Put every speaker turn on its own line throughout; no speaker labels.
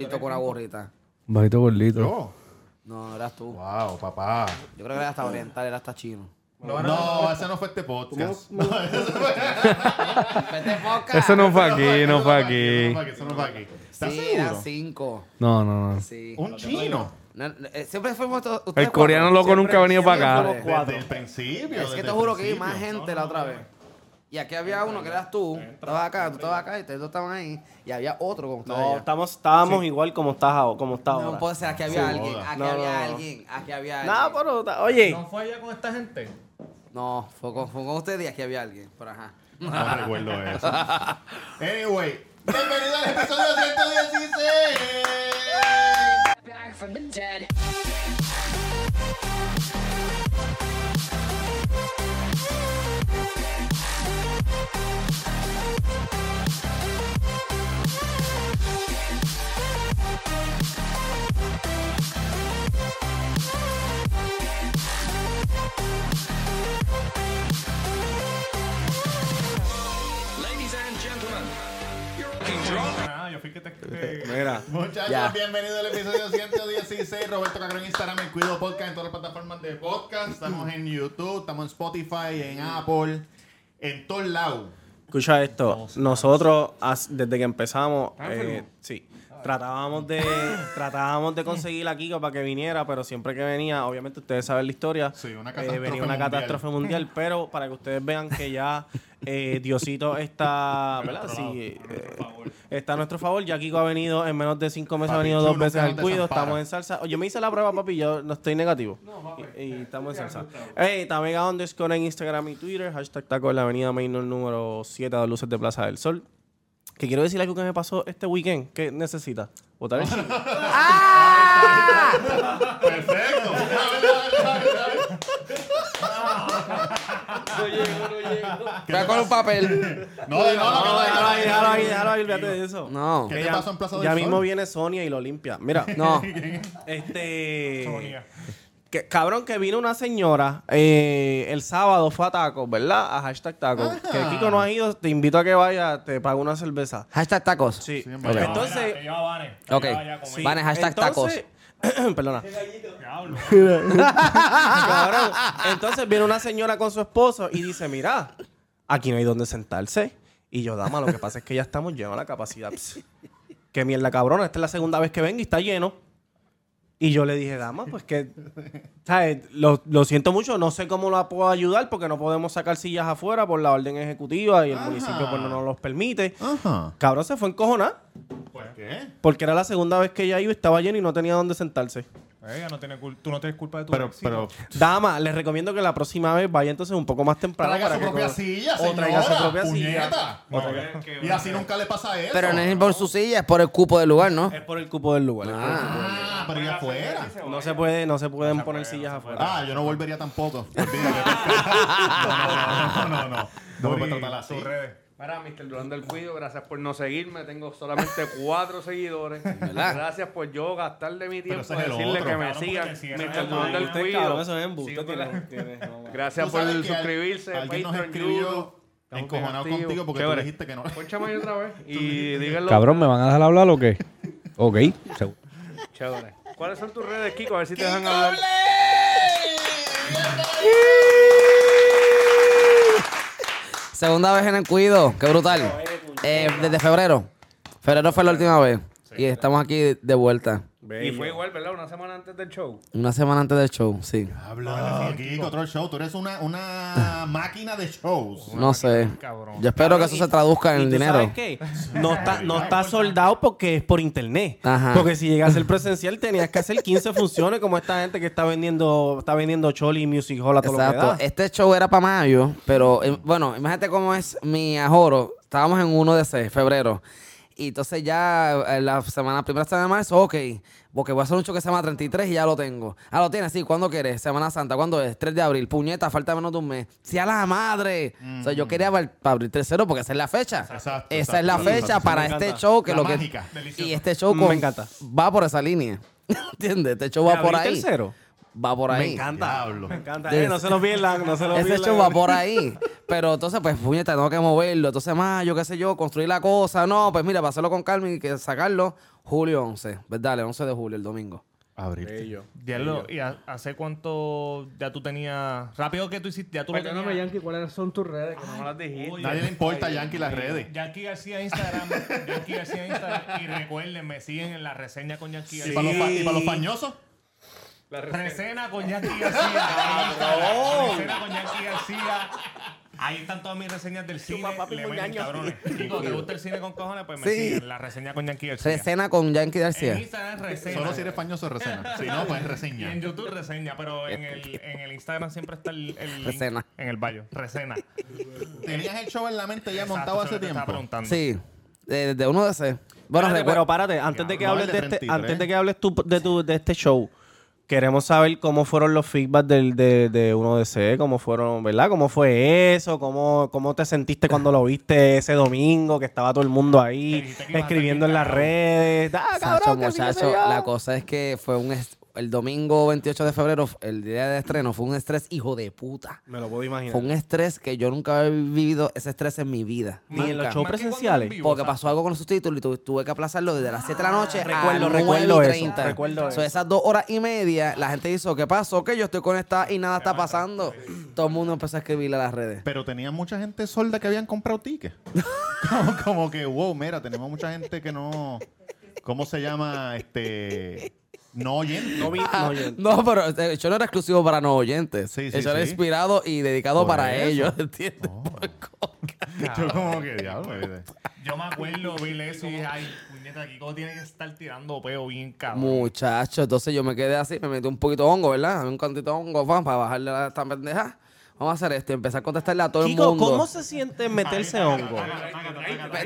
Listo con la gorrita.
Bajito gordito.
No.
No, eras tú.
Wow, papá.
Yo creo que era hasta oriental, era hasta chino.
No, ese no fue este podcast. No,
Vete poca.
Eso no fue aquí, no fue aquí.
Eso no fue aquí, eso no fue aquí. ¿Estás
Sí, eran
seguro?
cinco.
No, no, no.
Sí.
Un chino.
No, no, eh, siempre fuimos todos.
Uh. El coreano loco
Siempre-
nunca ha venido
siempre
para
fuimos
acá.
cuatro.
Desde el principio.
Es que
desde
te
el
juro que hay
principio.
más gente la otra vez. Y aquí había uno que eras tú, estabas acá, tú estabas acá y ustedes dos estaban ahí. Y había otro con
No, estamos, estábamos igual como estás ahora, como está ahora.
No puede ser, aquí había
Sí,
alguien,
joda.
aquí
No, no,
había
no.
alguien, aquí había alguien.
Nada, pero, ta- oye,
¿No fue allá con esta gente?
No, fue con, fue con ustedes y aquí había alguien. Pero ajá.
No recuerdo eso. Anyway, bienvenido al episodio 116.
back from the dead.
Ah, yo fui que te. que-
Mira.
Muchachos,
Ya.
bienvenido al episodio 116. Roberto Cacrón en Instagram, el Cuido Podcast en todas las plataformas de podcast. Estamos en YouTube, estamos en Spotify, en Apple, en todos lados.
escucha esto. Nosotros, as- desde que empezamos, eh, sí, tratábamos de, tratábamos de conseguir a Kiko para que viniera, pero siempre que venía, obviamente ustedes saben la historia,
Sí, una
eh,
catástrofe
venía una
mundial.
catástrofe mundial, pero para que ustedes vean que ya eh, Diosito está, ¿verdad? Sí, eh, está a nuestro favor. Ya Kiko ha venido en menos de cinco meses, ha
Papi
venido
Chulo,
dos veces
que no
al
te
cuido,
desampara.
estamos en salsa. Yo me hice la prueba, papi, yo no estoy negativo. y, y estamos en salsa. Ey, Tamega underscore en Instagram y Twitter. Hashtag taco en la avenida Mainor número 7 a dos luces de Plaza del Sol. Que quiero decir algo que me pasó este weekend. ¿Qué necesitas? ¿Votar el sí?
Perfecto. Dale, dale, dale, dale.
Voy a coger un papel.
No, no, no,
Déjalo
no, no,
ahí, déjalo ahí, déjalo ahí,
no,
déjalo ahí, olvídate de eso.
No,
¿Qué
Que
te
ya-
pasó en Plaza del
Ya
Sol?
mismo viene Sonia y lo limpia. Mira,
no.
este... Que, cabrón, que vino una señora eh, el sábado, fue a tacos, ¿verdad? A hashtag tacos. Que Kiko no ha ido, te invito a que vayas, te pago una cerveza.
Hashtag tacos.
Sí.
Sí, en verdad.
Entonces,
Ok.
sí.
Vane, hashtag
Entonces- Perdona. Cabrón. Entonces viene una señora con su esposo y dice, mira, aquí no hay donde sentarse. Y yo, dama, lo que pasa es que ya estamos llenos a la capacidad. Pss, Qué mierda, cabrón. Esta es la segunda vez que vengo y está lleno. Y yo le dije, dama, pues que, ¿sabes? Lo, lo siento mucho, no sé cómo la puedo ayudar porque no podemos sacar sillas afuera por la orden ejecutiva y el
Ajá.
municipio pues, no nos los permite.
Ajá.
Cabrón se fue encojonada
¿Por qué?
porque era la segunda vez que ella iba y estaba lleno y no tenía dónde sentarse.
Ella no tiene cul- tú no tienes culpa de tu
Pero,
éxito.
pero.
Dama, les recomiendo que la próxima vez vaya entonces un poco más temprano
Traiga su
que
propia
co-
silla,
o traiga su
señora,
propia
puñeta.
silla. O traiga-
Y así nunca le pasa eso.
Pero no es por su silla, es por el cupo del lugar, ¿no?
Es por el cupo del lugar. es por el cupo del lugar.
Ah, pero ya afuera.
No se puede, no se pueden poner sillas afuera.
Ah, yo no volvería tampoco. Olvídate. no, no, no, no, no. No me
Duri,
puedes tratar así.
tus redes.
Para Mr. Durán del Cuido, gracias por no seguirme. Tengo solamente cuatro seguidores. Gracias por yo gastar de mi tiempo
ese
a
es el
decirle
otro.
que me
Cabrón,
sigan.
porque si eso es
Mr. Durán
vaina.
Ah, del
Usted, cabrón, eso
Cuido.
es embuste,
Sigo
tiene-
la-
tiene- no, no.
Gracias
Tú
por
sabes que al-
suscribirse.
Alguien nos
Patreon,
escribió
YouTube. Estamos
encojonado
bien
contigo porque tú
activos.
dijiste que no.
Chévere. Pónchame ahí otra vez y díganlo.
Cabrón, ¿me van a dejar hablar o qué? Ok. seguro.
Chévere. ¿Cuáles son tus redes, Kiko? A ver si te dejan hablar.
Segunda vez en el cuido, qué brutal. Eh, desde febrero. Febrero fue la última vez. Y estamos aquí de vuelta.
Y fue igual, ¿verdad? Una semana antes del show.
Una semana antes del show, sí.
Habla, Kiko, otro show. Tú eres una, una máquina de shows.
No sé.
cabrón.
Yo espero que eso se traduzca en
¿Y
el
tú
dinero.
sabes qué? No está, no está soldado porque es por internet.
Ajá.
Porque si llegas a ser presencial tenías que hacer 15 funciones como esta gente que está vendiendo está vendiendo Choli y Music Hall a todo lo
Exacto.
que da.
Este show era para mayo, pero eh, bueno, imagínate cómo es mi ajoro. Estábamos en 1 de ese, febrero. Y entonces ya eh, la semana, primera semana de marzo, ok, porque voy a hacer un show que se llama 33 y ya lo tengo. Ah, lo tienes, sí, ¿cuándo quieres? Semana Santa, ¿cuándo es? 3 de abril, puñeta, falta menos de un mes. ¡Sí a la madre! O sea, yo quería para, para abril 3 porque esa es la fecha.
Mm. Exacto,
Esa es la
exacto,
fecha
exacto.
para
Me
este
encanta.
show que
La
lo que...
mágica.
Y este show
Me
con-
encanta.
va por esa línea. ¿Entiendes? Este show va por
¿Abril
ahí.
tercero?
Va por ahí.
Me encanta.
Diablo.
Me encanta. Eh, no se lo pierdan, no se lo
Ese
pierdan.
show va por ahí. Pero entonces, pues, puñeta, tengo que moverlo. Entonces, más, yo qué sé yo, construir la cosa. No, pues mira, pasarlo con Carmen y que sacarlo julio 11. ¿Verdad? El 11 de julio, el domingo.
Abrir.
Diablo, ¿y a- hace cuánto ya tú tenías? Rápido que tú hiciste, ya tú lo
Perdóname,
tenías.
Yankee, ¿cuáles son tus redes?
que no me las dijiste.
Nadie le importa a Yankee las redes.
Yankee García Instagram, Yankee García Instagram. Y recuerden, me siguen en la reseña con Yankee
¿Y
García.
para los, fa- y para los pañosos?
La receta.
Resena con Yankee García. Resena con Yankee García. Ahí están todas mis reseñas del cine.
papi,
Le meten,
muñaño.
cabrones. Y cuando te gusta el cine con cojones, pues me
Sí.
siguen. La reseña con Yankee García.
Recena con Yankee
En
García.
Instagram reseña.
Solo si eres pañoso reseña. Si no, pues
Y
reseña.
en YouTube reseña, pero en el, en el Instagram siempre está el, el link
Resena.
En el baño. Resena.
Tenías el show en la mente ya
Exacto,
montado
eso
hace
es lo que estaba
tiempo.
preguntando.
Sí, de, de uno de ese. Bueno,
Espérate,
recuerdo.
pero párate, antes de que
no,
hables
el
de
de
este,
33.
antes de que hables tú de tu, de este show, queremos saber cómo fueron los feedbacks del, de, de uno de C, cómo fueron, ¿verdad? ¿Cómo fue eso? ¿Cómo, cómo te sentiste cuando lo viste ese domingo que estaba todo el mundo
Que
ahí
dijiste que ibas a
escribiendo en
estar bien
las
cagado.
redes? Ah,
Sacho,
cabrón, que sí, que
muchacho,
sí, ah.
la cosa es que fue un. est- El domingo 28 de febrero, el día de estreno, fue un estrés hijo de puta.
Me lo puedo imaginar.
Fue un estrés que yo nunca había vivido ese estrés en mi vida.
Ni en
Nunca.
los shows
Más que cuando
presenciales.
en vivo,
Porque
exacto.
pasó algo con los subtítulos y tu- tuve que aplazarlo desde las 7 de la noche.
Ah, Recuerdo,
a
recuerdo eso,
9:30.
recuerdo
So,
eso.
Esas dos horas y media, la gente hizo, ¿qué pasó? Que yo estoy conectada y nada está pasando. Todo el mundo empezó a escribirle a las redes.
Pero tenía mucha gente solda que habían comprado tickets. como, como que, wow, mira, tenemos mucha gente que no. ¿Cómo se llama? Este. No oyente.
No vi- no, yo-
No, pero eh, yo no era exclusivo para no oyentes.
Sí, sí,
yo era
sí.
inspirado y dedicado
Por
para
eso. Oh.
ellos, ¿entiendes?
Yo como que diablo. eh.
Yo me acuerdo, vi eso y dije, ay, puñeta, aquí como tiene que estar tirando peo bien cabrón.
Muchacho, entonces yo me quedé así, me metí un poquito de hongo, ¿verdad? Un cantito de hongo, vamos, para bajarle a esta pendeja. Vamos a hacer esto y empezar a contestarle a todo el
Chico,
mundo.
¿cómo se siente meterse hongo? Me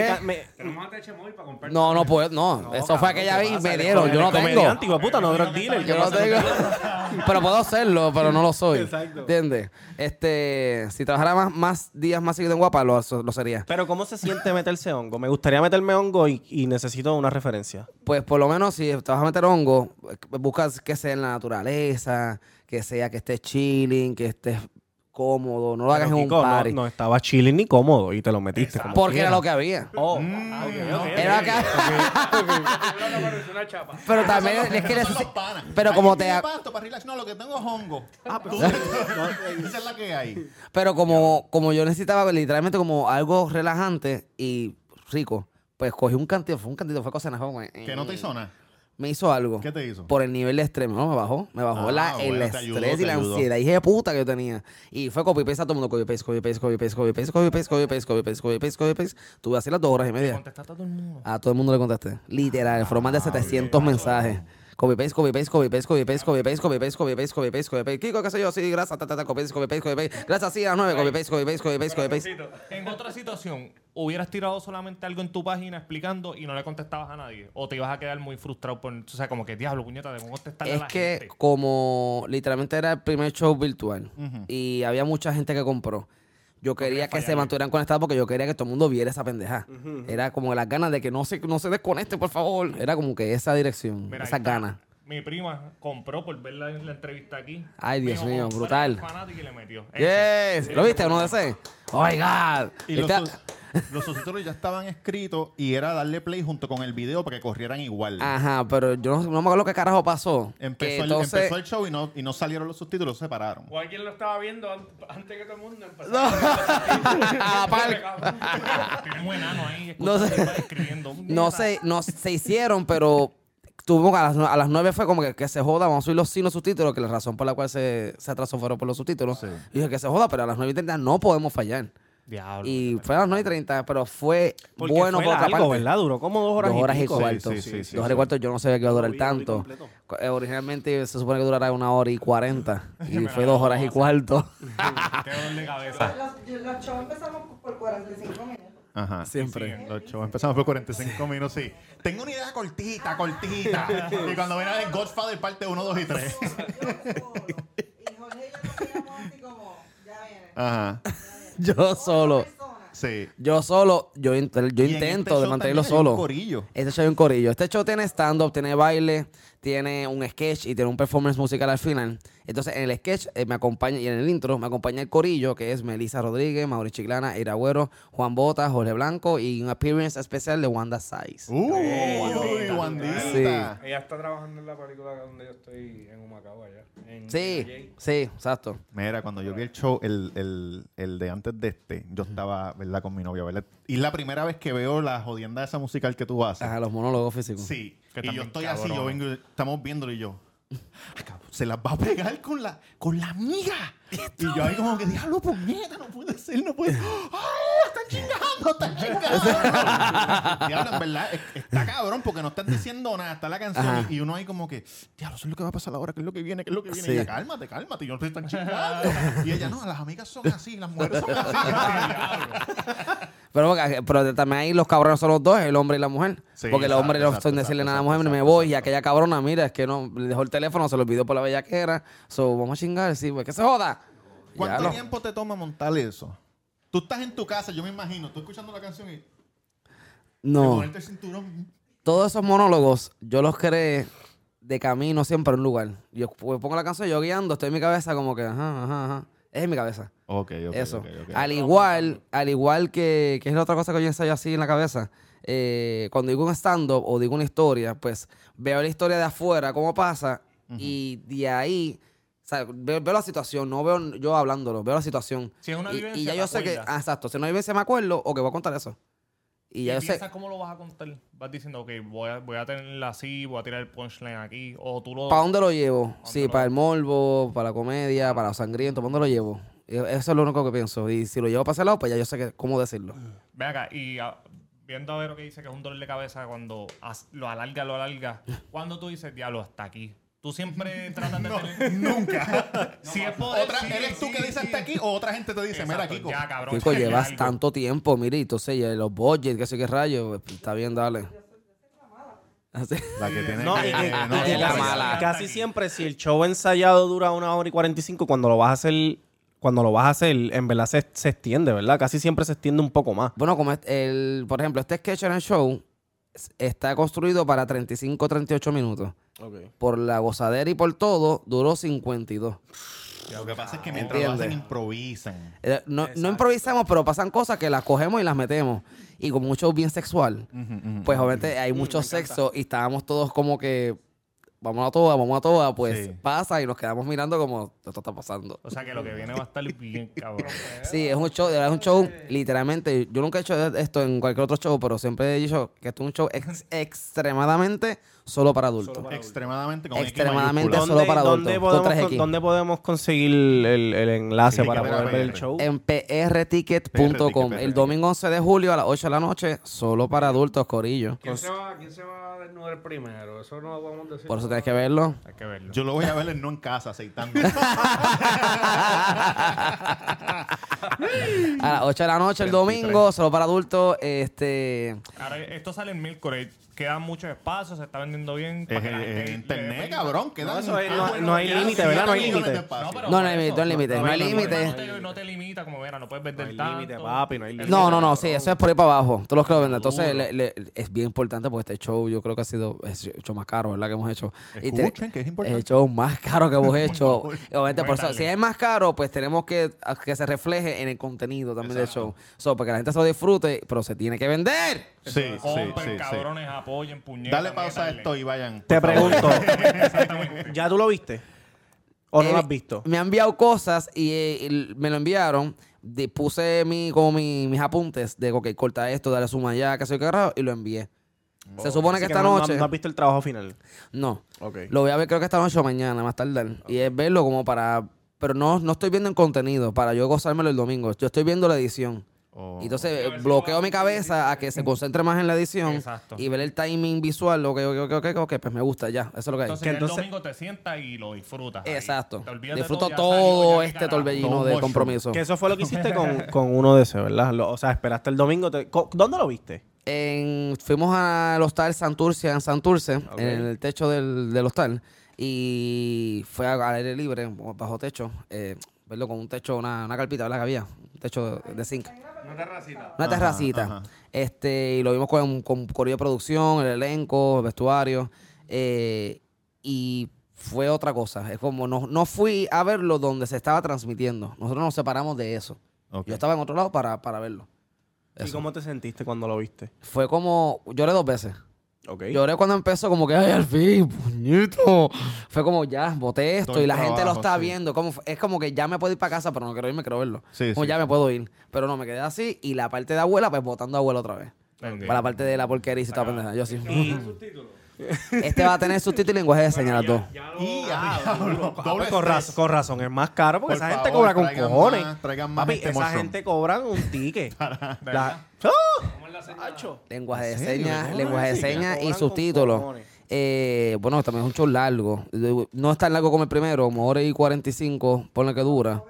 ¿Qué?
ca- me-
Tenemos a Teche Móvil para comprar.
No, no, pues, no. Eso fue aquella vez y me dieron. Yo no
Eres
tengo.
comediante, hijo de puta, no drug dealer.
Yo no tengo. pero puedo hacerlo, pero no lo soy. ¿Entiendes? Este, si trabajara más, más días más seguido en Guapa, lo, lo sería.
Pero ¿cómo se siente meterse hongo? Me gustaría meterme hongo y, y necesito una referencia.
Pues por lo menos si te vas a meter hongo, eh, buscas que sea en la naturaleza, que sea que estés chilling, que estés cómodo, no lo hagas
Pero,
en un
Kiko, no-
party.
No, estaba chilling ni cómodo y te lo metiste. como
Porque era
quiera.
lo que Mm, había.
Oh,
Era lo que-
una chapa.
Pero también es que
Son los
necesi-
panas.
Pero
Ay,
como
yo
te
tengo
ha-
pasto para relax. No, lo que tengo es hongo. Tú- Esa es la que hay.
Pero como, como yo necesitaba literalmente como algo relajante y rico, pues cogí un cantito, fue un cantito, fue cosa
Que no te hizo nada.
Me hizo algo.
¿Qué te hizo?
Por el nivel de estrés, no, me bajó. Me bajó
Ah,
la, el
bueno, te
estrés
ayudó,
y
te
la
ayudó.
ansiedad. Dije puta que yo tenía. Y fue copy paste a todo el mundo. Copy paste, copy paste, copy paste, copy paste, copy paste, copy paste, copy paste, copy paste, copy paste. Tuve así las dos horas y media.
Contestaste a todo el mundo.
A todo el mundo le contesté. Literal, fueron
Ah,
más de 700 mensajes. Copy paste, copy paste, copy paste, copy paste, copy paste, copy paste, copy paste, copy paste, copy paste. Kiko, qué sé yo, sí, gracias, ta, ta, ta, copy paste, copy paste, copy paste. Gracias, sí, a las nueve, copy paste, copy paste, copy paste, copy paste.
En otra situación, hubieras tirado solamente algo en tu página explicando y no le contestabas a nadie. O te ibas a quedar muy frustrado por. O sea, como que diablo, puñeta, debo contestarle a
Es
la
que
gente.
como literalmente era el primer show virtual y había mucha gente que compró, yo quería que se mantuvieran conectados porque yo quería que todo el mundo viera esa pendeja. Era como las ganas de que no se, no se desconecte, por favor. Era como que esa dirección,
Mira, ahí
esas
está.
ganas.
Mi prima compró por ver la, la entrevista aquí.
Ay, Dios
Dijo,
mío,
como
brutal.
fuera fanático y le metió.
Yes.
Ese.
¿Lo viste? ¿Uno de ese? Oh my God.
Y los,
Este-
sus- los subtítulos ya estaban escritos y era darle play junto con el video para que corrieran igual.
Ajá, pero yo no, no me acuerdo qué carajo pasó. Ah, Que
Empezó,
entonces-
el, empezó el show y no, y no salieron los subtítulos, se pararon.
O alguien lo estaba viendo an- antes que todo el mundo empezó.
ah,
Tiene un enano ahí.
No sé.
escuchando, Escribiendo.
No sé, no se hicieron, pero tuvo a las, nue- a las 9 fue como que, que se joda, vamos a subir los sin los subtítulos, que la razón por la cual se, se atrasó fueron por los subtítulos. Y dije que se joda, pero a las 9 y 30 no podemos fallar.
Diablo.
Y fue a las 9 y 30, pero fue
porque
bueno
fue
por otra
largo,
parte.
¿verdad? Duró como dos horas,
Dos horas y
pico.
cuarto.
Sí, sí, sí, sí,
dos horas
sí.
y cuarto yo no sabía que iba a durar tanto. Eh, originalmente se supone que durará una hora y cuarenta. Y fue dos horas y cuarto.
Qué dolor de cabeza.
Los, los shows empezamos por 45 minutos.
Ajá.
Siempre.
Los shows empezamos por 45 minutos, sí. Tengo una idea cortita, cortita. y cuando ven a Godfather parte 1, 2 y 3.
Yo solo. Y Jorge y yo nos quedamos así como, ya viene.
Ajá.
Yo solo.
Sí.
Yo solo, yo, int- yo
Y en
intento
este
de
show
mantenerlo
también hay un
solo.
corillo.
Este show hay un corillo. Este show tiene stand-up, tiene baile, tiene un sketch y tiene un performance musical al final. Entonces, en el sketch eh, me acompaña, y en el intro, me acompaña el corillo, que es Melissa Rodríguez, Mauricio Chiclana, Eira Agüero, Juan Bota, Jorge Blanco y un appearance especial de Wanda Saiz.
Uh, Uy, Wandita.
Ella está trabajando en la película donde yo estoy en Humacao allá. en
Sí,
Calle.
sí, exacto.
Mira, cuando yo vi el show, el, el, el de antes de este, yo estaba, ¿verdad? Con mi novia, ¿verdad? Y es la primera vez que veo la jodienda esa musical que tú haces.
Ajá, los monólogos físicos.
Sí.
Que
y yo
también
estoy así,
cabrón.
yo vengo, y- estamos viéndolo y yo. "Ay, cabrón, Se las va a pegar con la, con la amiga. Y yo ahí como que diablo, puñeta, no puede ser, no puede. ¡Ah! Están chingando, están chingando. diablo, en verdad, es- está cabrón porque no están diciendo nada. Está la canción
Ajá.
y uno ahí como que, diablo, eso es lo que va a pasar ahora, qué es lo que viene, qué es lo que viene.
Sí.
Y ella, cálmate, cálmate. Y yo no están chingando. y ella, no, las amigas son así, las mujeres son así.
Pero, porque- pero también ahí los cabrones son los dos, el hombre y la mujer.
Sí,
porque el
exacto,
hombre no
exacto,
son decirle
exacto,
nada a la
exacto,
mujer, me
exacto,
voy. Y
exacto.
aquella cabrona, mira, es que no, le dejó el teléfono, se lo olvidó por la bellaquera. So, vamos a chingar, sí, pues que se joda.
¿Cuánto
Ya lo-
tiempo te toma montar eso? Tú estás en tu casa, yo me imagino, tú escuchando la canción y.
No.
Ponerte el cinturón.
todos esos monólogos yo los creé de camino siempre a un lugar. Yo pues, pongo la canción, yo guiando, estoy en mi cabeza como que, ajá, ajá, ajá. Es en mi cabeza.
Ok, ok.
Eso. Al igual, al igual que, que es la otra cosa que yo ensayo así en la cabeza. eh, cuando digo un stand-up o digo una historia, pues veo la historia de afuera, cómo pasa, y de ahí, o sea, veo, veo la situación, no veo yo hablándolo, veo la situación.
Si es una
Y- y,
vivencia,
ya
te
yo sé que,
acuerdas.
ah, exacto, si no hay veces me acuerdo, o que voy a contar eso. Y ya yo sé.
piensas cómo lo vas a contar. Vas diciendo, ok, voy a, voy a tenerla así, voy a tirar el punchline aquí. O tú lo.
¿Para dónde lo llevo?
dónde
Sí,
lo-
para el morbo, para la comedia, para los sangrientos. ¿Para dónde lo llevo? E- Eso es lo único que pienso. Y si lo llevo para ese lado, pues ya yo sé que- cómo decirlo.
Ven acá, y ah, viendo a ver lo que dice que es un dolor de cabeza cuando as- lo alarga, lo alarga. Cuando tú dices, diablo, hasta aquí. Tú siempre tratas de tener.
Nunca.
Si es poder,
Otra,
sí,
¿Eres tú
sí,
que dices
sí.
hasta aquí o otra gente te dice, mira,
Exacto,
Kiko?
Ya, cabrón.
Chico,
échale
llevas
algo.
tanto tiempo, mire, entonces ya los budgets, qué sé qué rayo. pues, Está bien, dale. Así.
La que tiene
No, y,
que-
que- y
no,
que
no,
casi,
mala.
casi siempre si el show ensayado dura una hora y 45, cuando lo vas a hacer, cuando lo vas a hacer, en verdad se, se extiende, ¿verdad? Casi siempre se extiende un poco más.
Bueno, como es- el, por ejemplo, este sketch en el show es- está construido para 35, 38 minutos. Por la gozadera y por todo, duró 52.
Lo que pasa es que mientras lo
Entiende.
hacen, improvisan.
Eh, No, no improvisamos, pero pasan cosas que las cogemos y las metemos. Y como mucho bien sexual, pues obviamente hay mucho sexo y estábamos todos como que vamos a toda, vamos a toda, pues
Sí.
pasa y nos quedamos mirando como esto está pasando.
O sea que lo que viene va a estar bien, cabrón. pues.
Sí, es un show, de verdad, es un show, literalmente, yo nunca he hecho esto en cualquier otro show, pero siempre he dicho que esto es un show ex- extremadamente solo para adultos.
Extremadamente con X
Extremadamente
mayúscula.
solo para adultos, con
podemos,
tres
con-
X.
dónde podemos conseguir el, el enlace
Sí,
para
que
poder
ver,
ver el
ver.
show?
En prticket.com, el
PRTicket.
domingo 11 de julio a las 8 de la noche, solo para adultos, Corillo.
¿Quién se, va, ¿Quién se va a desnudar primero? Eso no lo podemos decir.
Por eso tienes que verlo.
Hay que verlo.
Yo lo voy a ver en no en casa, aceitando.
A las 8 de la noche el domingo, solo para adultos. Este.
Ahora, esto sale en miércoles. Quedan muchos espacios, se está vendiendo bien. para
Es
que la gente le-
en
le-
internet, cabrón. quedan-
No, eso es- no-
Ah, bueno,
no hay
quedan
límite, ¿verdad? No hay
siete millones de
límite.
espacios.
pero
No,
por
no hay
eso.
límite, no hay límite, no hay
por eso No
límite.
te, no te limita, como verás, no puedes
No
vender
hay
tanto.
límite, papi, no hay límite.
No, no, no, sí, eso es por ahí para abajo. Tú los que lo venden. Entonces, le- le- es bien importante porque este show yo creo que ha sido es el show más caro, ¿verdad? Que hemos hecho. Y te-
Escuchen, que es importante.
El show más caro que hemos hecho. Obviamente, por eso,
Cuéntale.
si es más caro, pues tenemos que a- que se refleje en el contenido también del show. So, para que la gente se lo disfrute, pero se tiene que vender.
Sí, sí,
Compren,
sí, sí.
cabrones, apoyen, puñetas.
Dale pausa a
métanle.
esto y vayan.
Te
por favor.
pregunto, ¿ya tú lo viste? ¿O no
Eh,
lo has visto?
Me han enviado cosas y, eh, y me lo enviaron. de- puse mi, como mi- mis apuntes de, ok, corta esto, dale suma allá, que soy carajo, y lo envié. Se supone
Así
que
que
esta
no- no-
noche.
No has visto el trabajo final.
No.
Ok.
Lo voy a ver creo que esta noche o mañana, más tardar. Y es verlo como para... Pero no, no estoy viendo en contenido para yo gozármelo el domingo. Yo estoy viendo la edición.
Oh.
Y Entonces eh, bloqueo mi cabeza a que se concentre más en la edición
Exacto.
y ver el timing visual. Lo que, ok, ok, ok, ok, pues me gusta ya. Eso es lo que hay.
Entonces,
Que
ya
entonces-
el domingo te sientas y lo disfrutas. ahí.
Exacto.
Te olvidas de
Disfruto
ya
todo,
salió, ya qué
este
carajo.
torbellino
Todo
de
mucho.
compromiso.
Que eso fue lo que hiciste con, con uno de esos, ¿verdad? Lo- o sea, esperaste el domingo. te- co- ¿Dónde lo viste?
En- fuimos al hostal Santurce, en Santurce, en el techo del, del hostal, y fue a- al aire libre, bajo techo, eh, verlo con un techo, una, una carpita, ¿verdad? Que había, un techo de, de zinc.
Una terracita.
Una terracita. Este, y lo vimos con, con corillo de producción, el elenco, el vestuario. eh, y fue otra cosa. Es como no, no fui a verlo donde se estaba transmitiendo. Nosotros nos separamos de eso.
Ok.
Yo estaba en otro lado para, para verlo.
¿Y
Eso.
cómo te sentiste cuando lo viste?
Fue como, lloré dos veces.
Ok.
Lloré cuando empezó como que, ay, al fin, puñito. Fue como, ya, boté esto
Doy
y la gente lo
trabajo,
está
sí.
viendo. Como, es como que ya me puedo ir para casa, pero no quiero irme, quiero verlo.
Sí,
como
sí,
ya
sí.
me puedo ir. Pero no, me quedé así y la parte de abuela, pues votando a abuela otra vez.
Ok.
Para la parte de la porquería y se está pendeja. Yo sí. Este va a tener subtítulo y lenguaje de señas las dos.
Y diablo,
Ah, pues
doble
con,
estrés.
raz- con razón, es más caro
Por
porque esa gente
favor,
cobra con
traigan
cojones.
más- traigan más
Papi,
gente
esa
monstruo.
gente cobra un ticket. La- ¡Ah!
Lenguaje de
¿En serio?
señas,
¿Cómo
lenguaje de
así?
señas
Cobran
y
con
subtítulos.
cojones.
Eh, bueno, también es un show largo. No es tan largo como el primero, como hora y 45, ponle que dura.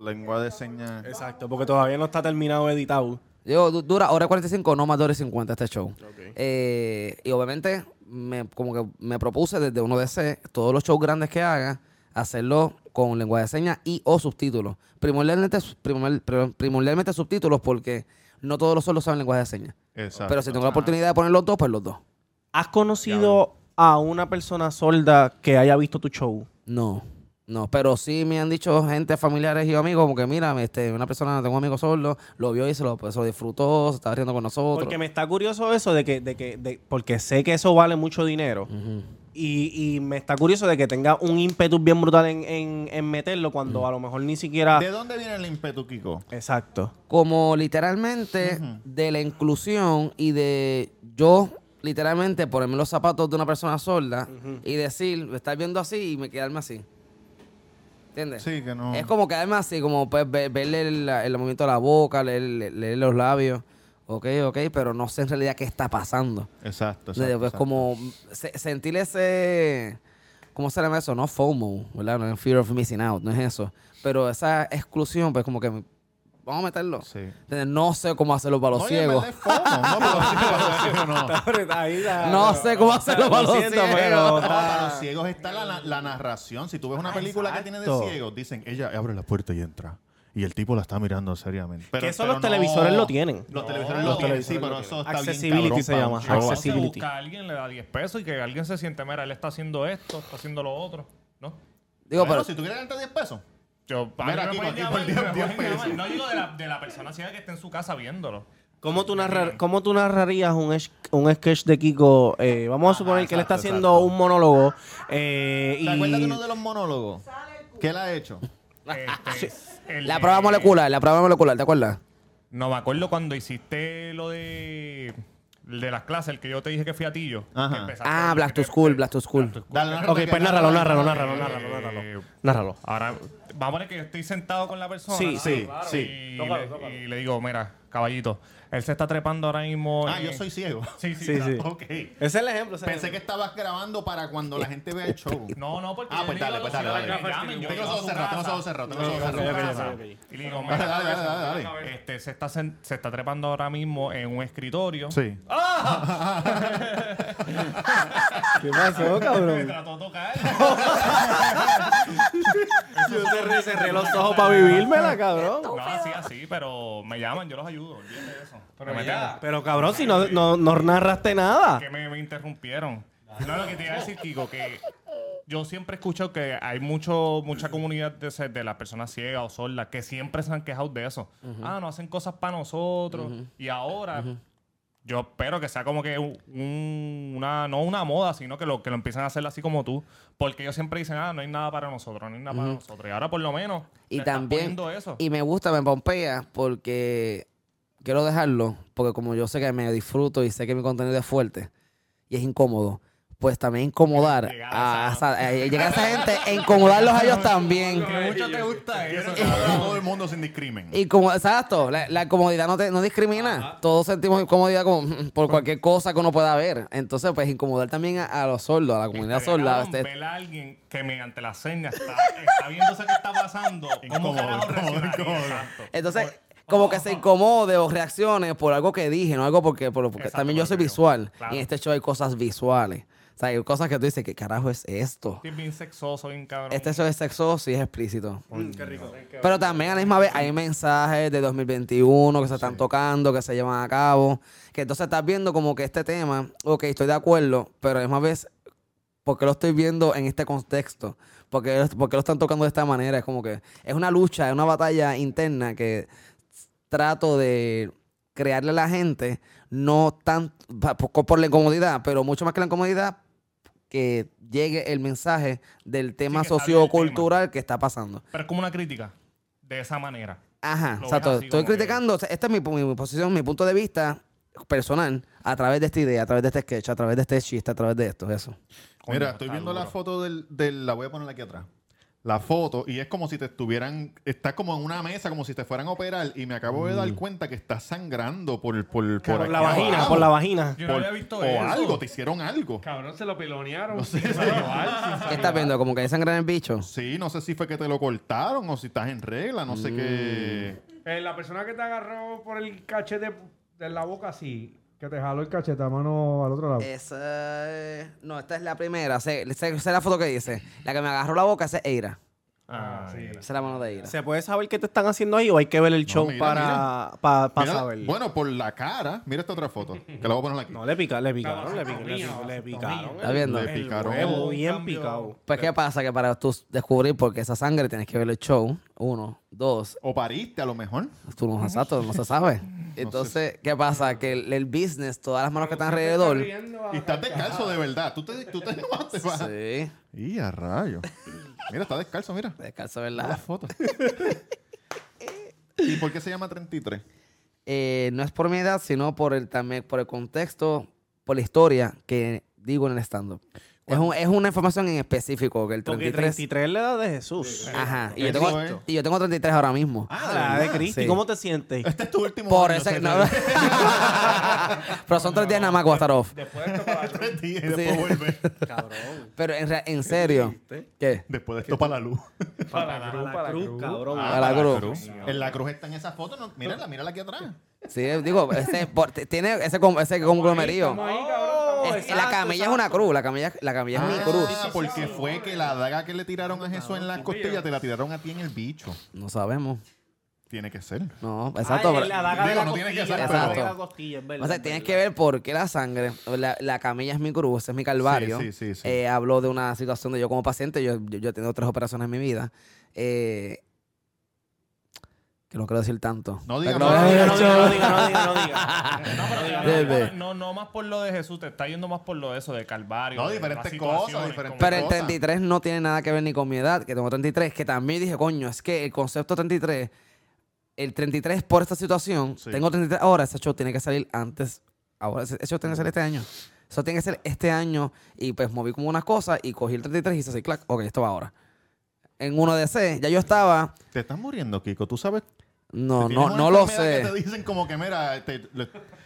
Lengua de señas.
Exacto, porque todavía no está terminado editado.
Yo, du- dura hora 45, no más de hora y 50 este show. Eh, y obviamente, me, como que me propuse desde uno de ese, todos los shows grandes que haga, hacerlo con lenguaje de señas y o subtítulos. Primordialmente, su- primor- perdón, primordialmente subtítulos porque no todos los solos saben lenguaje de señas.
Exacto.
Pero si tengo la oportunidad de poner los dos, pues los dos.
¿Has conocido a una persona sorda que haya visto tu show?
No, no, pero sí me han dicho gente, familiares y amigos, como que mira, este, una persona, tengo un amigo sordo, lo vio y se lo, se lo disfrutó, se estaba riendo con nosotros.
Porque me está curioso eso de que, de que, de- porque sé que eso vale mucho dinero.
Ujú.
Y, y me está curioso de que tenga un ímpetu bien brutal en, en- en meterlo cuando a lo mejor ni siquiera.
¿De dónde viene el ímpetu, Kiko?
Exacto.
como literalmente de la inclusión y de yo literalmente ponerme los zapatos de una persona sorda y decir, estar viendo así y me quedarme así. ¿Entiendes?
Sí, que no.
Es como quedarme así, como pues, ve- verle el, el movimiento de la boca, leer, leer los labios. Ok, ok, pero no sé en realidad qué está pasando.
Exacto,
Es
exacto. exacto.
como se- sentir ese. ¿Cómo se llama eso? No FOMO, ¿verdad? No es Fear of Missing Out, no es eso. Pero esa exclusión, pues como que. Vamos a meterlo.
Sí.
¿Entiendes? No sé cómo hacerlo para los
No, y en
ciegos.
verdad es fomo, No, pero sí, para los ciegos no.
No sé cómo hacerlo para
Lo
los
siento,
ciegos.
pero
No,
está-
para los ciegos está la, la- la narración. Si tú ves una película que tiene de
exacto.
ciegos, dicen, ella abre la puerta y entra. Y el tipo la está mirando seriamente. Pero,
Que eso
pero
los
no-
televisores lo tienen.
Los televisores
los
lo tienen,
televisores
sí,
lo
pero
tienen.
eso está
Accessibility
bien cabrón
se
para
llama.
un show.
Se
Accessibility.
busca a alguien, le da 10 pesos y que alguien se siente, mira, él está haciendo esto, está haciendo lo otro, ¿no?
Digo,
Bueno,
pero.
si tú quieres ganar 10 pesos.
Yo, a
Mira,
mí
Kiko,
me pueden
Kiko,
llamar,
el día-
me
día
pueden llamar.
pesos.
No digo de la, de la persona ciega que esté en su casa viéndolo.
¿Cómo tú, narrar- cómo tú narrarías un, es- un sketch de Kiko? Eh, vamos a suponer que él está
exacto,
haciendo
exacto.
un monólogo. eh,
¿Te acuerdas de
y-
uno de los monólogos? ¿Qué él ha hecho?
Este, el
Ah, La
de-
prueba molecular, la prueba molecular, ¿te acuerdas?
No me acuerdo cuando hiciste lo de, el de las clases, el que yo te dije que fui a Tillo.
Ajá.
que empezaste
Ah,
a
Black to
meter-
School, Black to School.
Dale, narra
Ok,
que-
pues
narra-
nárralo, nárralo, nárralo, nárralo, nárralo.
Eh,
Nárralo.
Ahora, vamos a poner que yo estoy sentado con la persona.
Sí,
¿no?
sí, sí.
Y, le, y le digo, mira, caballito, él se está trepando ahora mismo.
Ah,
en-
yo soy ciego.
Sí, sí,
Sí, sí.
Ok.
Ese es el ejemplo. ese es el
Pensé que estabas grabando para cuando la gente vea el show.
No, no, porque.
Ah,
yo
pues
le digo
dale,
a
pues
los
dale,
ciudadanos
dale.
que llamen, yo
Tengo
voy
los
a
ojos
su
cerrados, tengo los
casa.
ojos cerrados, tengo los ejemplo.
ejemplo.
cerrados.
Ok, ok,
casa.
ok, ok.
Y le digo,
Ah, Dale,
mira,
dale, dale, dale, dale.
este, se, está sen- se está trepando ahora mismo en un escritorio.
Sí.
¿Qué pasó,
Me
cabrón?
trató de tocar.
Yo cerré, cerré los ojos para vivírmela, cabrón.
no, así, así, pero me llaman, yo los ayudo. olvídate de eso. Pero me tengo.
Pero cabrón, si no, no, no narraste nada.
que me, me interrumpieron. No, lo que te iba a decir, Kiko, que yo siempre he escuchado que hay mucho, mucha comunidad de, ese- de las personas ciegas o sordas que siempre se han quejado de eso. Ah, no hacen cosas para nosotros. Y ahora, yo espero que sea como que un- un- una, no una moda, sino que lo, que lo empiecen a hacer así como tú. Porque ellos siempre dicen, ah, no hay nada para nosotros, no hay nada para nosotros. Y ahora por lo menos
Y
le estás
también.
poniendo eso.
Y me gusta, me pompea, porque quiero dejarlo, porque como yo sé que me disfruto y sé que mi contenido es fuerte y es incómodo, pues también incomodar
Llegar a
a, esa- a- llegar a esa gente e incomodarlos a ellos también.
mucho te gusta eso.
Todo el mundo sin discrimen.
Y como, exacto, la, la incomodidad no, te, no discrimina. Todos sentimos incomodidad como, mm, por cualquier cosa que uno pueda ver. Entonces, pues incomodar también a, a los sordos, a la comunidad sorda.
Estaría cabrón
este-
ver a alguien que mediante la seña está, está viendo eso que está pasando. ¿Cómo
Incómodo,
carajo
incómodo,
reaccionaría?
incómodo.
Exacto.
Entonces, como
Oh.
que se incomode o reaccione por algo que dije, no algo porque, por- porque
Exacto,
también yo
por
soy
lo que
visual.
digo. Claro.
Y en este show hay cosas visuales. O sea, hay cosas que tú dices, ¿qué carajo es esto?
Estoy bien sexoso, bien cabrón.
Este show es sexoso y es explícito.
Mm, Qué rico.
Pero también a la misma vez hay mensajes de 2021 que se están tocando, que se llevan a cabo. Que entonces estás viendo como que este tema, ok, estoy de acuerdo, pero a la misma vez por qué lo estoy viendo en este contexto? ¿Por qué, por qué lo están tocando de esta manera? Es como que es una lucha, es una batalla interna que trato de crearle a la gente, no tan pa- por, por la incomodidad, pero mucho más que la incomodidad, que llegue el mensaje del tema
que hable del
sociocultural que está pasando.
Pero es como una crítica. De esa manera.
Ajá,
Lo
exacto.
ves así
Estoy
como que-
criticando, o sea, esta es mi, mi- mi posición, mi punto de vista personal a través de esta idea, a través de este sketch, a través de este chiste, a través de esto, eso.
Coño,
Mira, estoy
está
viendo la
duro.
foto del, del- La voy a poner aquí atrás. La foto, y es como si te estuvieran. Estás como en una mesa, como si te fueran a operar, y me acabo de dar cuenta que estás sangrando por, por, por
Por
aquí
la vagina,
abajo.
por la vagina.
Yo no
Por-
había visto
o
eso.
algo, te hicieron algo.
Cabrón, se lo pilonearon.
¿Qué estás viendo? Como que hay sangre en el bicho.
Sí, no sé si fue que te lo cortaron o si estás en regla, no sé qué.
Eh, la persona que te agarró por el cachete de la boca Eh, así.
Que te jaló el cachete a mano al otro lado.
Esa es- No, esta es la primera. Sé- sé- Esa es la foto que dice. La que me agarró la boca, esa es Eira.
Ah, sí.
Esa es la mano de Eira.
¿Se puede saber qué te están haciendo ahí o hay que ver el show
mira,
para, pa- pa
Mira,
saberlo?
bueno, por la cara, mira esta otra foto, que la voy a poner aquí.
No, le pica, le picaron, le picaron, le picaron, le picaron.
¿Estás viendo?
Le picaron.
El huevo
Un
bien
cambio.
picado.
Pues, ¿qué pasa? Que para tú descubrir por qué esa sangre tienes que ver el show. Uno, dos,
O pariste a lo mejor.
tú no exacto, no se sabe. Entonces, ¿qué pasa? Que el, el business, todas las manos que están alrededor.
Y estás descalzo de verdad. Tú te, tú te no te vas.
Sí,
Y a rayo. Mira, está descalzo, mira.
descalzo,
Mira la
¿verdad?
foto. ¿Y por qué se llama 33?
Eh, no es por mi edad, sino por el, también, por el contexto, por la historia que digo en el stand-up. Es, un- es una información en específico que el
Porque
33.
33 es la edad de Jesús.
Ajá. Y yo,
Eso
tengo,
es.
y yo tengo 33 ahora mismo.
Ah, la edad de Cristo.
Sí.
¿Y cómo te sientes?
Este es tu último
Por
año,
eso.
se-
no- pero son tres días nada más que voy a estar off.
Después de esto,
Tres días y
Sí.
después vuelve.
Cabrón.
Pero en, re- en serio. ¿Qué?
Después de esto para la luz.
para la cruz, para la cruz.
cabrón.
A la cruz.
En la cruz está en esa foto. No, mírala, mírala aquí atrás.
Sí, digo, ese, por- t- tiene ese, com- ese conglomerío.
Estamos ahí, cabrón,
Oh,
estamos
Es-
ahí.
Oh, la camilla es una cruz. La camilla, la camilla es mi cruz.
Ah, porque fue que la daga que le tiraron a Jesús en las costillas te la tiraron a ti en el bicho.
No sabemos.
Tiene que ser.
No, exacto. pero-
Digo, no tiene que ser,
pero-
costilla, es verdad,
o sea,
es
tienes
verdad.
que ver por qué la sangre, la, la camilla es mi cruz, ese es mi calvario.
Sí, sí, sí, sí.
Eh, habló de una situación de yo como paciente, yo, yo, yo he tenido tres operaciones en mi vida. Eh, que no quiero decir tanto.
No
Pero
diga
lo
más.
voy a
No
decir.
diga, no diga, no diga, no diga.
No, pero ya,
Bebe.
no, no más por lo de Jesús, te está yendo más por lo de eso, de Calvario.
No,
de
diferentes
las situaciones,
cosas, diferentes
como-
Pero el
cosa.
33 no tiene nada que ver ni con mi edad, que tengo 33, que también dije, coño, es que el concepto 33, el 33 por esta situación,
Sí.
tengo 33 ahora, ese show tiene que salir antes, ahora ese ese show tiene que salir este año. Eso tiene que ser este año y pues moví como unas cosas y cogí el 33 y hice así, clac, ok, esto va ahora. En uno de C, ya yo estaba,
Te estás muriendo, Kiko. Tú sabes.
no,
Tienes
no,
una
no lo
enfermedad
sé.
Que te dicen como que, mira, te- lo,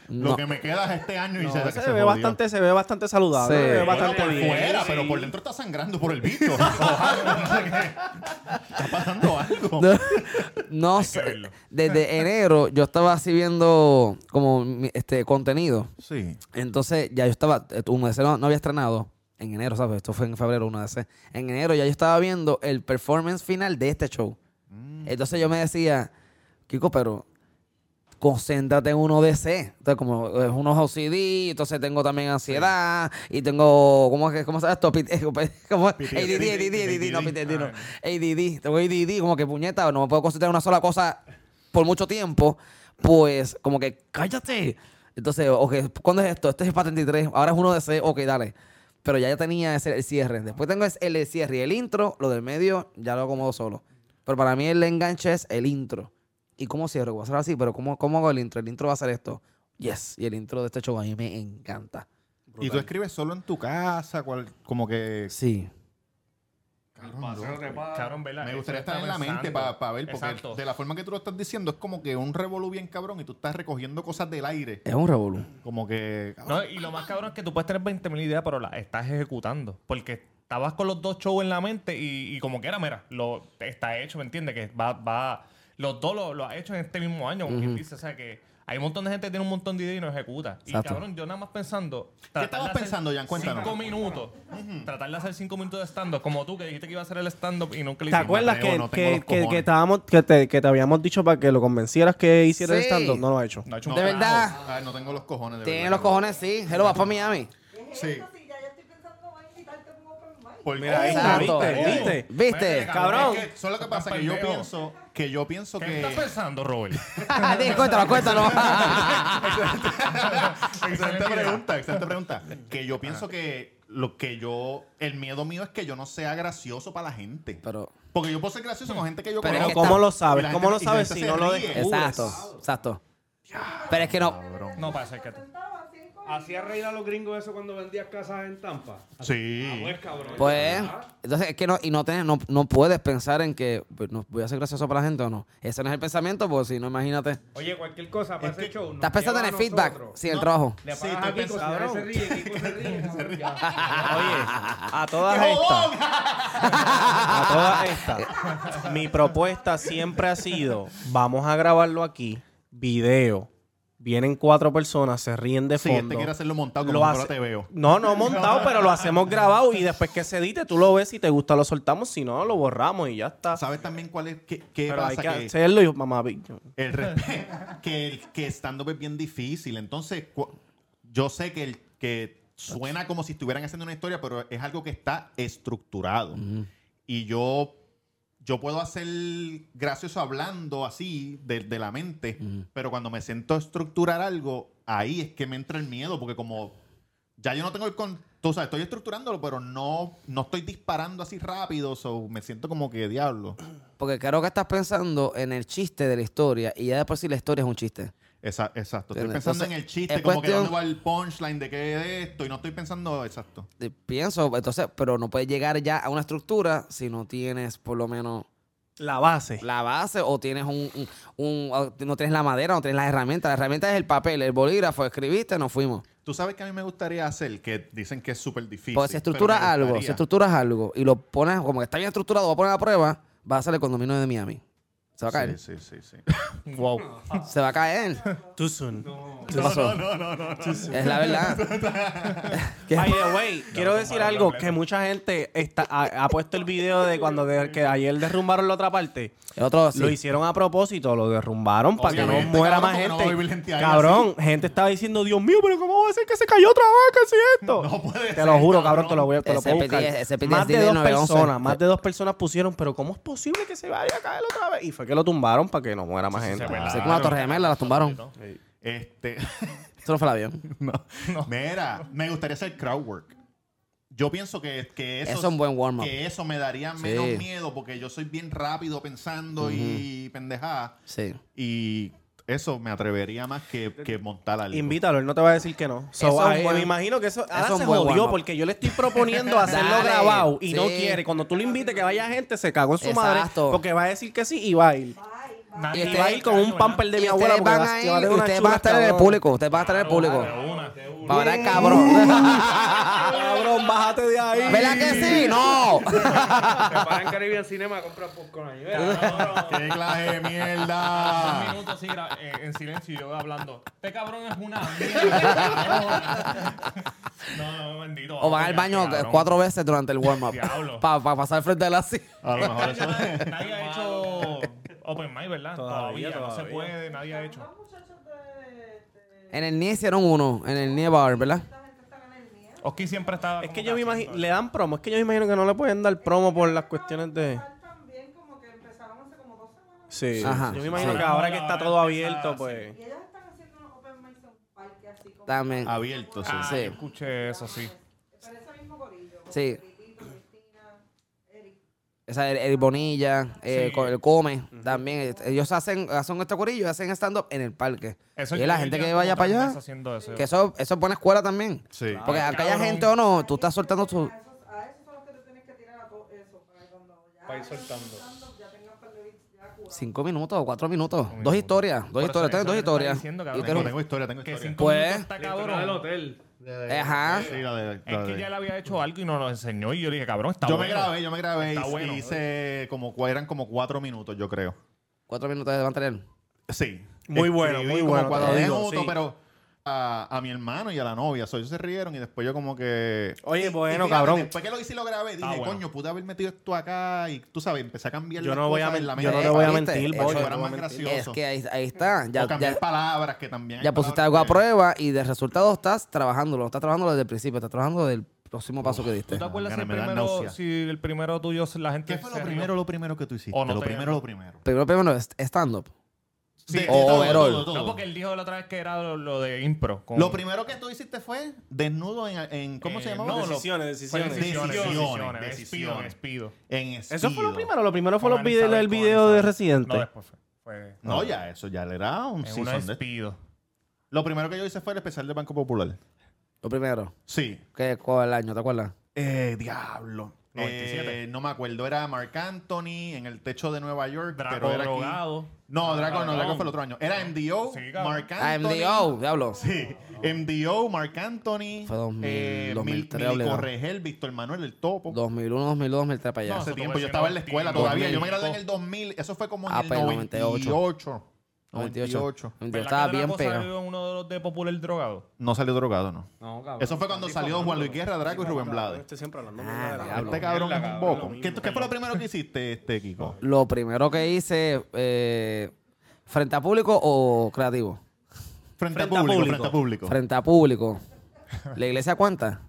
lo
No.
que me queda es este año y
No,
se,
se,
que
ve
jodió.
bastante, se ve bastante saludable.
Sí.
Se ve
Bueno,
bastante
por
bien.
fuera,
sí.
pero por dentro está sangrando por el bicho. está pasando algo.
No sé. Desde enero yo estaba así viendo como mi- este contenido.
Sí.
Entonces, ya yo estaba, eh, uno de ese no, no había estrenado en enero, ¿sabes? Esto fue en febrero, uno de ese. En enero ya yo estaba viendo el performance final de este show. Entonces yo me decía, Kiko, pero concéntrate en uno de ese. Entonces, como eh, es unos OCD, entonces tengo también ansiedad y tengo, ¿cómo es que, cómo se llama esto? Pit- eh, ¿Cómo es? ADD, ADD, ADD, no, PTSD, no. ADD, tengo ADD, como que puñeta, no me puedo concentrar en una sola cosa por mucho tiempo, pues como que cállate. Entonces, ok, ¿cuándo es esto? Este es para 33, ahora es uno de ese, ok, dale. Pero ya, ya tenía ese el cierre. Después tengo es el cierre y el intro, lo del medio ya lo acomodo solo. Pero para mí el enganche es el intro. ¿Y cómo cierro? Voy a hacer así, pero ¿cómo, ¿cómo hago el intro? El intro va a ser esto. Yes. Y el intro de este show a mí me encanta.
Y tú escribes solo en tu casa, cual- como que.
Sí.
Paseo de paz.
Cabrón, ¿verdad?
Me
Eso
gustaría
está
estar en la
pensando.
mente para ver, porque
Exacto.
de la forma que tú lo estás diciendo es como que un revolú bien cabrón y tú estás recogiendo cosas del aire.
Es un revolú.
Como que.
No, y lo más cabrón es que tú puedes tener 20 mil ideas, pero las estás ejecutando. Porque estabas con los dos shows en la mente y, y como quiera, mira, lo, está hecho, ¿me entiendes? Que va, va, los dos lo, lo has hecho en este mismo año, como quien dice. O sea que hay un montón de gente que tiene un montón de ideas y no ejecuta.
Exacto.
Y cabrón, yo nada más pensando.
¿Qué
tratar
estabas
de hacer
pensando, Jan? Cuéntanos.
Cinco minutos. Tratar de hacer cinco minutos de stand-up, como tú que dijiste que iba a hacer el stand-up y nunca lo
¿Te
hiciste.
acuerdas
Mateo,
que,
no tengo
que,
los
que,
cojones.
que, estábamos, que, te, que te habíamos dicho para que lo convencieras que hiciera el
Sí.
stand-up? No lo ha hecho.
No ha hecho un
De
carajo.
verdad.
Ay, no tengo los cojones. De
Tiene
verdad.
los cojones, sí. Hello, vas para Miami.
¿Qué es
Sí.
esto? Si ya yo estoy pensando, voy a invitarte como
Porque-
Mira, ahí está,
Exacto.
¿viste?
¿Viste?
¿Viste?
Cabrón.
Es que Eso es lo que pasa, que yo
Pendejo.
pienso, que yo pienso
¿Qué estás
que...
pensando, Robert?
Di, cuéntalo, cuéntalo.
Excelente pregunta, excelente pregunta. Que yo pienso que lo que yo... El miedo mío es que yo no sea gracioso para la gente.
Pero,
Porque yo puedo ser gracioso con gente que yo
Pero es
Pero
que
conozco.
está-
¿cómo lo
y
sabes?
la
¿Cómo lo
gente- y la
sabes si
gente
no
se
lo
ríe.
descubres?
exacto, exacto. Pero es que no.
No pasa es que te-
¿Hacía reír a los gringos eso cuando vendías casas en Tampa? Ah,
Sí.
pues, cabrón.
Pues,
¿verdad?
entonces es que no, y no, tienes- no, no puedes pensar en que pues, no, voy a ser gracioso para la gente o no. Ese no es el pensamiento, pues si no, imagínate.
Oye, cualquier cosa, para
Es
ese
que-
show. nos
Estás pensando en
lleva
el
a
feedback,
nosotros.
sí, el trabajo.
Le
Sí,
pagas a
estoy
Kiko, si ahora se
pensando.
ríe, Kiko ah, se ríe. cabrón, ya.
Oye, a todas estas. A todas estas. Mi propuesta siempre ha sido: vamos a grabarlo aquí, video. Vienen cuatro personas, se ríen de
Si
fondo.
este quiere hacerlo montado
Lo
como ahora
hace-
te veo.
No, no montado, pero lo hacemos grabado y después que se edite, tú lo ves, si te gusta lo soltamos, si no, lo borramos y ya está.
¿Sabes también cuál es? ¿Qué, qué
Pero hay
pasa?
que
Que,
hacerlo y mamá. vi-
el respe- que, el- que stand-up es bien difícil. Entonces, cu- yo sé que, el, que suena como si estuvieran haciendo una historia, pero es algo que está estructurado. Y yo, yo puedo hacer gracioso hablando así de, de la mente, pero cuando me siento a estructurar algo, ahí es que me entra el miedo, porque como ya yo no tengo el con tú sabes, estoy estructurándolo, pero no, no estoy disparando así rápido, so me siento como que diablo.
Porque creo que estás pensando en el chiste de la historia y ya después si la historia es un chiste.
Esa- exacto. Estoy
Entiendo.
pensando
Entonces,
en el chiste,
es
como que
cuestión-
dónde va el punchline de qué es esto, y no estoy pensando exacto.
Eh, Pienso, entonces, pero no puedes llegar ya a una estructura si no tienes por lo menos
La base.
la base o tienes un, un- un- o no tienes la madera, no tienes las herramientas. La herramienta es el papel, el bolígrafo, escribiste, nos fuimos.
Tú sabes que a mí me gustaría hacer, que dicen que es súper difícil.
Porque Pues, si
pero me
estructuras algo,
gustaría.
si estructuras algo y lo pones, como que está bien estructurado, voy a poner a prueba, va a ser el condominio de Miami. Se va a caer.
Sí, sí, sí. sí.
Wow.
Ah.
Se va a caer.
Too soon.
¿Qué pasó? Es la verdad. ¿Qué?
By the way, quiero decir algo que mucha gente está, ha, ha puesto el video de cuando de- que ayer derrumbaron la otra parte.
El otro
Lo
sí.
hicieron a propósito, lo derrumbaron para que no
Obviamente,
muera
cabrón,
más
porque no
gente.
va a vivir gente ahí
cabrón, gente estaba diciendo, Dios mío, pero ¿cómo va a ser que se cayó otra vaca si esto?
No puede
te
ser,
lo juro,
cabrón.
cabrón, te lo voy a, te lo
Ese
puedo buscar.
PTSD ese
más de
PTSD
dos
911.
personas, más de dos personas pusieron, pero ¿cómo es posible que se vaya a caer otra vez? Y fue que lo tumbaron para que no muera más gente.
ve.
Así como la Torre Gemela, la tumbaron. Eso
Este,
no fue el avión.
no. Mira, me gustaría hacer crowd work. Yo pienso que, que eso,
Eso es un buen warm-up.
que eso me daría menos
Sí.
miedo porque yo soy bien rápido pensando y pendejada.
Sí.
Y eso me atrevería más que, que montar algo.
Invítalo, él no te va a decir que no.
Eso
So,
es un
ahí-
buen-
me imagino que eso, ahora
eso es
se
un buen
jodió
warm-up.
porque yo le estoy proponiendo hacerlo
Dale,
grabado y no
sí.
quiere. Cuando tú le invites que vaya gente, se cagó en su
Exacto.
madre porque va a decir que sí y va a ir.
Y este
Nadie
Y
ustedes-
va a ir con un pamper de mi
Y
abuela
ustedes
porque
van
va a
ahí,
llevar de una
ustedes van a
chula,
estar en el
cabrón.
público. Ustedes van a estar en el público. Para el cabrón.
Cabrón, bájate de ahí.
¿Verdad que sí? ¡No!
Te paran en Caribbean Cinema, compras popcorn ahí. vea, cabrón.
¡Qué clase de mierda!
Un minuto así gra- eh, en silencio y yo hablando. Este cabrón es una mierda. no, no, bendito.
O van al baño
Cabrón.
cuatro veces durante el warm-up.
Diablo.
Para pasar frente a la silla.
A lo mejor eso
Nadie ha hecho Open Mic, ¿verdad?
Todavía,
Todavía, no se
todavía.
puede, nadie ha hecho.
muchachos de, de-
En el NIE hicieron uno, en el NIE Bar, ¿verdad?
Esta gente está en el miedo.
Oski siempre estaba.
Es que
como
yo me
casi
imagino,
todo.
le dan promo. Es que yo me imagino que no le pueden dar promo por las cuestiones de.
También como que empezaron hace como dos semanas.
Sí.
Ajá.
Yo me imagino
Sí.
que ahora que está todo abierto, pues.
Y ellos están haciendo unos open mics en un parque así como...
También.
abierto, sí.
Ah,
Sí.
yo escuché eso, sí.
Pero ese mismo gorillo. como
Sí.
Riquito, Cristina, Eric.
O sea, el, el Bonilla, eh,
Sí.
co- el Come, también. Ellos hacen, hacen este corillo, hacen stand-up en el parque.
Eso
y la
yo-
gente
yo
que
llevo
vaya
tres
para
meses
allá,
Haciendo eso.
que eso, eso es buena escuela también.
Sí.
Porque aunque haya
cabrón.
gente o no, tú estás soltando tu...
A esos, a esos son los que te tienes que tirar a todo eso. Para que cuando ya...
Para ir soltando.
Ya tengas par de bits ya curados.
Cinco minutos, cuatro minutos, dos
minuto.
historias, dos
Por eso-
historias, tienes
eso
dos
es lo que
historias.
estaba diciendo,
Y
cabrón.
tú
Tengo,
eres-
tengo historia, tengo
Que
historia.
cinco
Pues-
minutos está
La historia del
cabrón.
hotel.
Ajá.
Sí, la de-
Es
la
que
de-
ya le había hecho algo y nos lo enseñó y yo le dije, cabrón, está
yo
bueno.
me grabé, yo me grabé
Está
y
bueno.
hice como cua- eran como cuatro minutos, yo creo.
Cuatro minutos de mantener.
Sí.
Muy bueno, muy
como
bueno,
cuatro
te digo,
minutos,
sí.
pero a, a mi hermano y a la novia, so, ellos se rieron y después yo como que.
Oye,
Y- y
bueno,
fíjate,
cabrón.
Después que lo hice y lo grabé, dije,
Ah, bueno.
coño, pude haber metido esto acá y tú sabes, empecé a cambiar
Yo
las
no voy a
cosas en la
men-
mente
yo no te voy a
para
¿Viste?
mentir,
Eso
voy,
era
no te voy
más
a mentir.
gracioso.
Es que ahí, ahí está. Ya,
o cambiar
ya,
palabras que también. hay
ya pusiste
palabras
algo a
que-
prueba y del resultado estás trabajándolo. No estás trabajándolo desde el principio, estás trabajando del próximo paso que
¿Tú
diste.
te acuerdas si
Gana,
el,
me da
primero,
náusea.
si el primero tuyo se- la gente
¿Qué fue lo
se rió?
primero, lo primero que tú hiciste?
O no
lo
te-
primero, lo primero.
Primero, primero, es stand-up.
Sí,
De-
o
todo,
overall.
todo, todo.
No, porque él dijo la otra vez que era lo, lo de impro. con-
Lo primero que tú hiciste fue desnudo en... en- ¿Cómo
Eh,
se llamaba?
no, lo-
Decisiones,
fue
decisiones.
decisiones, decisiones,
Decisiones,
despido,
decisiones.
despido.
En
¿Eso fue lo
Espido.
primero? Lo primero fue los
Con
vide-
Elizabeth,
el
con
video de
Elizabeth.
Residente.
No, después fue. fue
No, ya, eso ya le era un
en una
season de-
despido.
Lo primero que yo hice fue el especial del Banco Popular.
Lo primero.
Sí.
¿Qué, ¿Cuál año? ¿Te acuerdas?
Eh, diablo.
97.
Eh, no me acuerdo, era Marc Anthony en el techo de Nueva York.
Draco
pero era aquí.
drogado.
No, Draco no,
Cabrón.
Draco fue el otro año. Era MDO,
Sí, cabrón.
Marc
Ah,
Anthony.
MDO, diablo.
Sí, MDO, Marc Anthony.
Fue 2000,
eh,
2003
Mil- Milico
obligado.
Regel, Víctor Manuel del Topo.
2001, 2002, 2003 para allá.
No,
Hace
Eso
tiempo
fue
yo estaba en la escuela
2000.
todavía. Yo me gradué en el 2000. Eso fue como en
Ah,
el
pero
98.
98.
98.
98. 98.
¿Verdad
Estaba
que
bien
Draco
pegado.
salió en uno de los de Popular drogado?
No salió drogado, no.
No, cabrón.
Eso fue cuando salió Juan Luis Guerra, Draco y Rubén Blades.
Estoy siempre hablando.
Ah,
mierda.
diablo.
Este cabrón es un
cabrón,
boco.
lo mismo.
¿Qué, tú- qué fue lo primero que hiciste, este Kiko?
Lo primero que hice, eh, ¿frente a público o creativo?
Frente, a
Frente a
público,
público.
frente a público.
Frente a público. ¿La iglesia cuenta?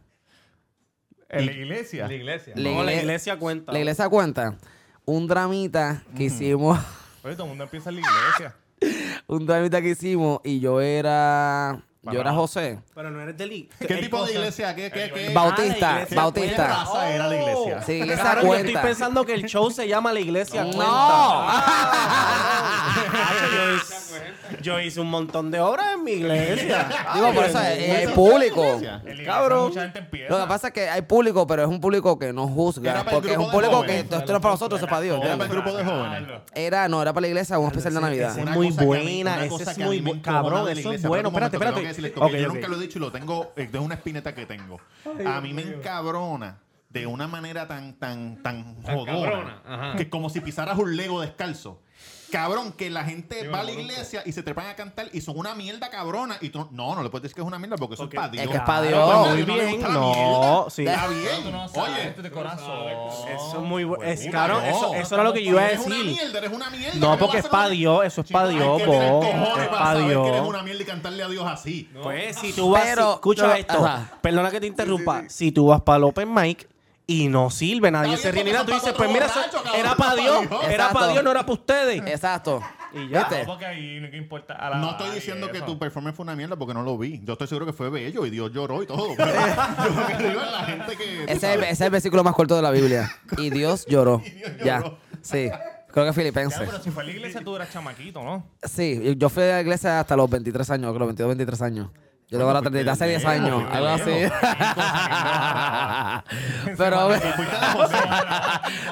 En la iglesia.
La iglesia.
Le-
No, la
igle-
iglesia cuenta.
La iglesia cuenta. Un dramita que hicimos,
Oye, todo el mundo empieza en la iglesia.
un dramita que hicimos y yo era, yo era José.
Pero no eres de li-
¿Qué
el
tipo de
cosa-
iglesia? ¿Qué, qué, qué?
Bautista,
Ah, la iglesia
¿Qué
Bautista.
raza era la iglesia?
Sí, iglesia
Claro, yo estoy
cuenta.
pensando que el show se llama La Iglesia
No.
Cuenta. Hacho, yo, hice, yo hice un montón de obras en mi iglesia.
Digo, por eso eh, es, es público.
En la iglesia
Cabrón.
mucha gente empieza.
Lo que pasa es que hay público, pero es un público que no
Era
juzga.
para el
Porque es
grupo
un
de
público
jóvenes.
que esto esto no es para nosotros, esto es para Dios.
Era para el
¿entiendes?
grupo de jóvenes.
Era, no, era para la iglesia, un especial de Navidad.
Ah, ese-
Una
Es muy
cosa que a mí-
buena,
una
ese
cosa
es
que a
muy
mí me
bu-
incomoda de
cabrón,
la
eso es
iglesia.
bueno.
Espera un momento,
Espérate, espérate.
tengo que decirles, porque
Ok,
yo
ok.
nunca lo he dicho y lo tengo, eh, es una espineta que tengo. A mí me encabrona de una manera tan, tan, tan jodona,
cabrona, ajá.
que como si pisaras un lego descalzo. Cabrón, que la gente va a la iglesia y se trepan a cantar y son una mierda cabrona. Y tú, no, no le puedes decir que es una mierda porque eso es para Dios.
que es pa'
Claro,
Dios.
pero a
Muy
Dios no le
bien,
gusta la
no,
mierda.
sí.
Está
Tú
bien.
no sabes,
Oye,
esto es de corazón.
Eso es muy bueno. Es,
Mira,
cabrón,
no.
eso, eso era lo que yo iba a
Eres una
decir.
mierda, eres una mierda.
No,
¿Qué
porque
vas
es
a
pa'
hacer?
Dios, eso es pa'
Hay
Dios,
que tener
bo.
cojones
Es
para
pa'
saber que eres
Dios.
una mierda y cantarle a Dios así.
Pues si tú vas,
Pero-
si- escucha
no,
esto,
ajá.
perdona que te interrumpa, si tú vas para el open mic y no sirve, nadie
Está
se ríe
bien,
ni nada, tú
porque
dices,
son
pues mira,
borrachos,
eso
cabrón,
era
son
para
pa'
Dios,
Dios.
era para
Exacto.
Dios, no era para ustedes.
Exacto.
Y ya.
¿Viste?
Porque ahí no importa. a la-
No estoy diciendo
y
que
eso.
tu performance fue una mierda porque no lo vi. Yo estoy seguro que fue bello y Dios lloró y todo. pero yo lo que digo es la gente que. tú
Ese es, el-
sabes.
ese es el versículo más corto de la Biblia. Y Dios lloró.
lloró.
Ya. Sí. Creo que
Ya,
filipenses.
pero si fue a la iglesia tú eras chamaquito, ¿no?
Sí, yo- yo fui a la iglesia hasta los 23 años, creo, 22, 23 años. Yo tengo la 30,
pues, eh,
hace 10 años, algo así.
eh,
Pero,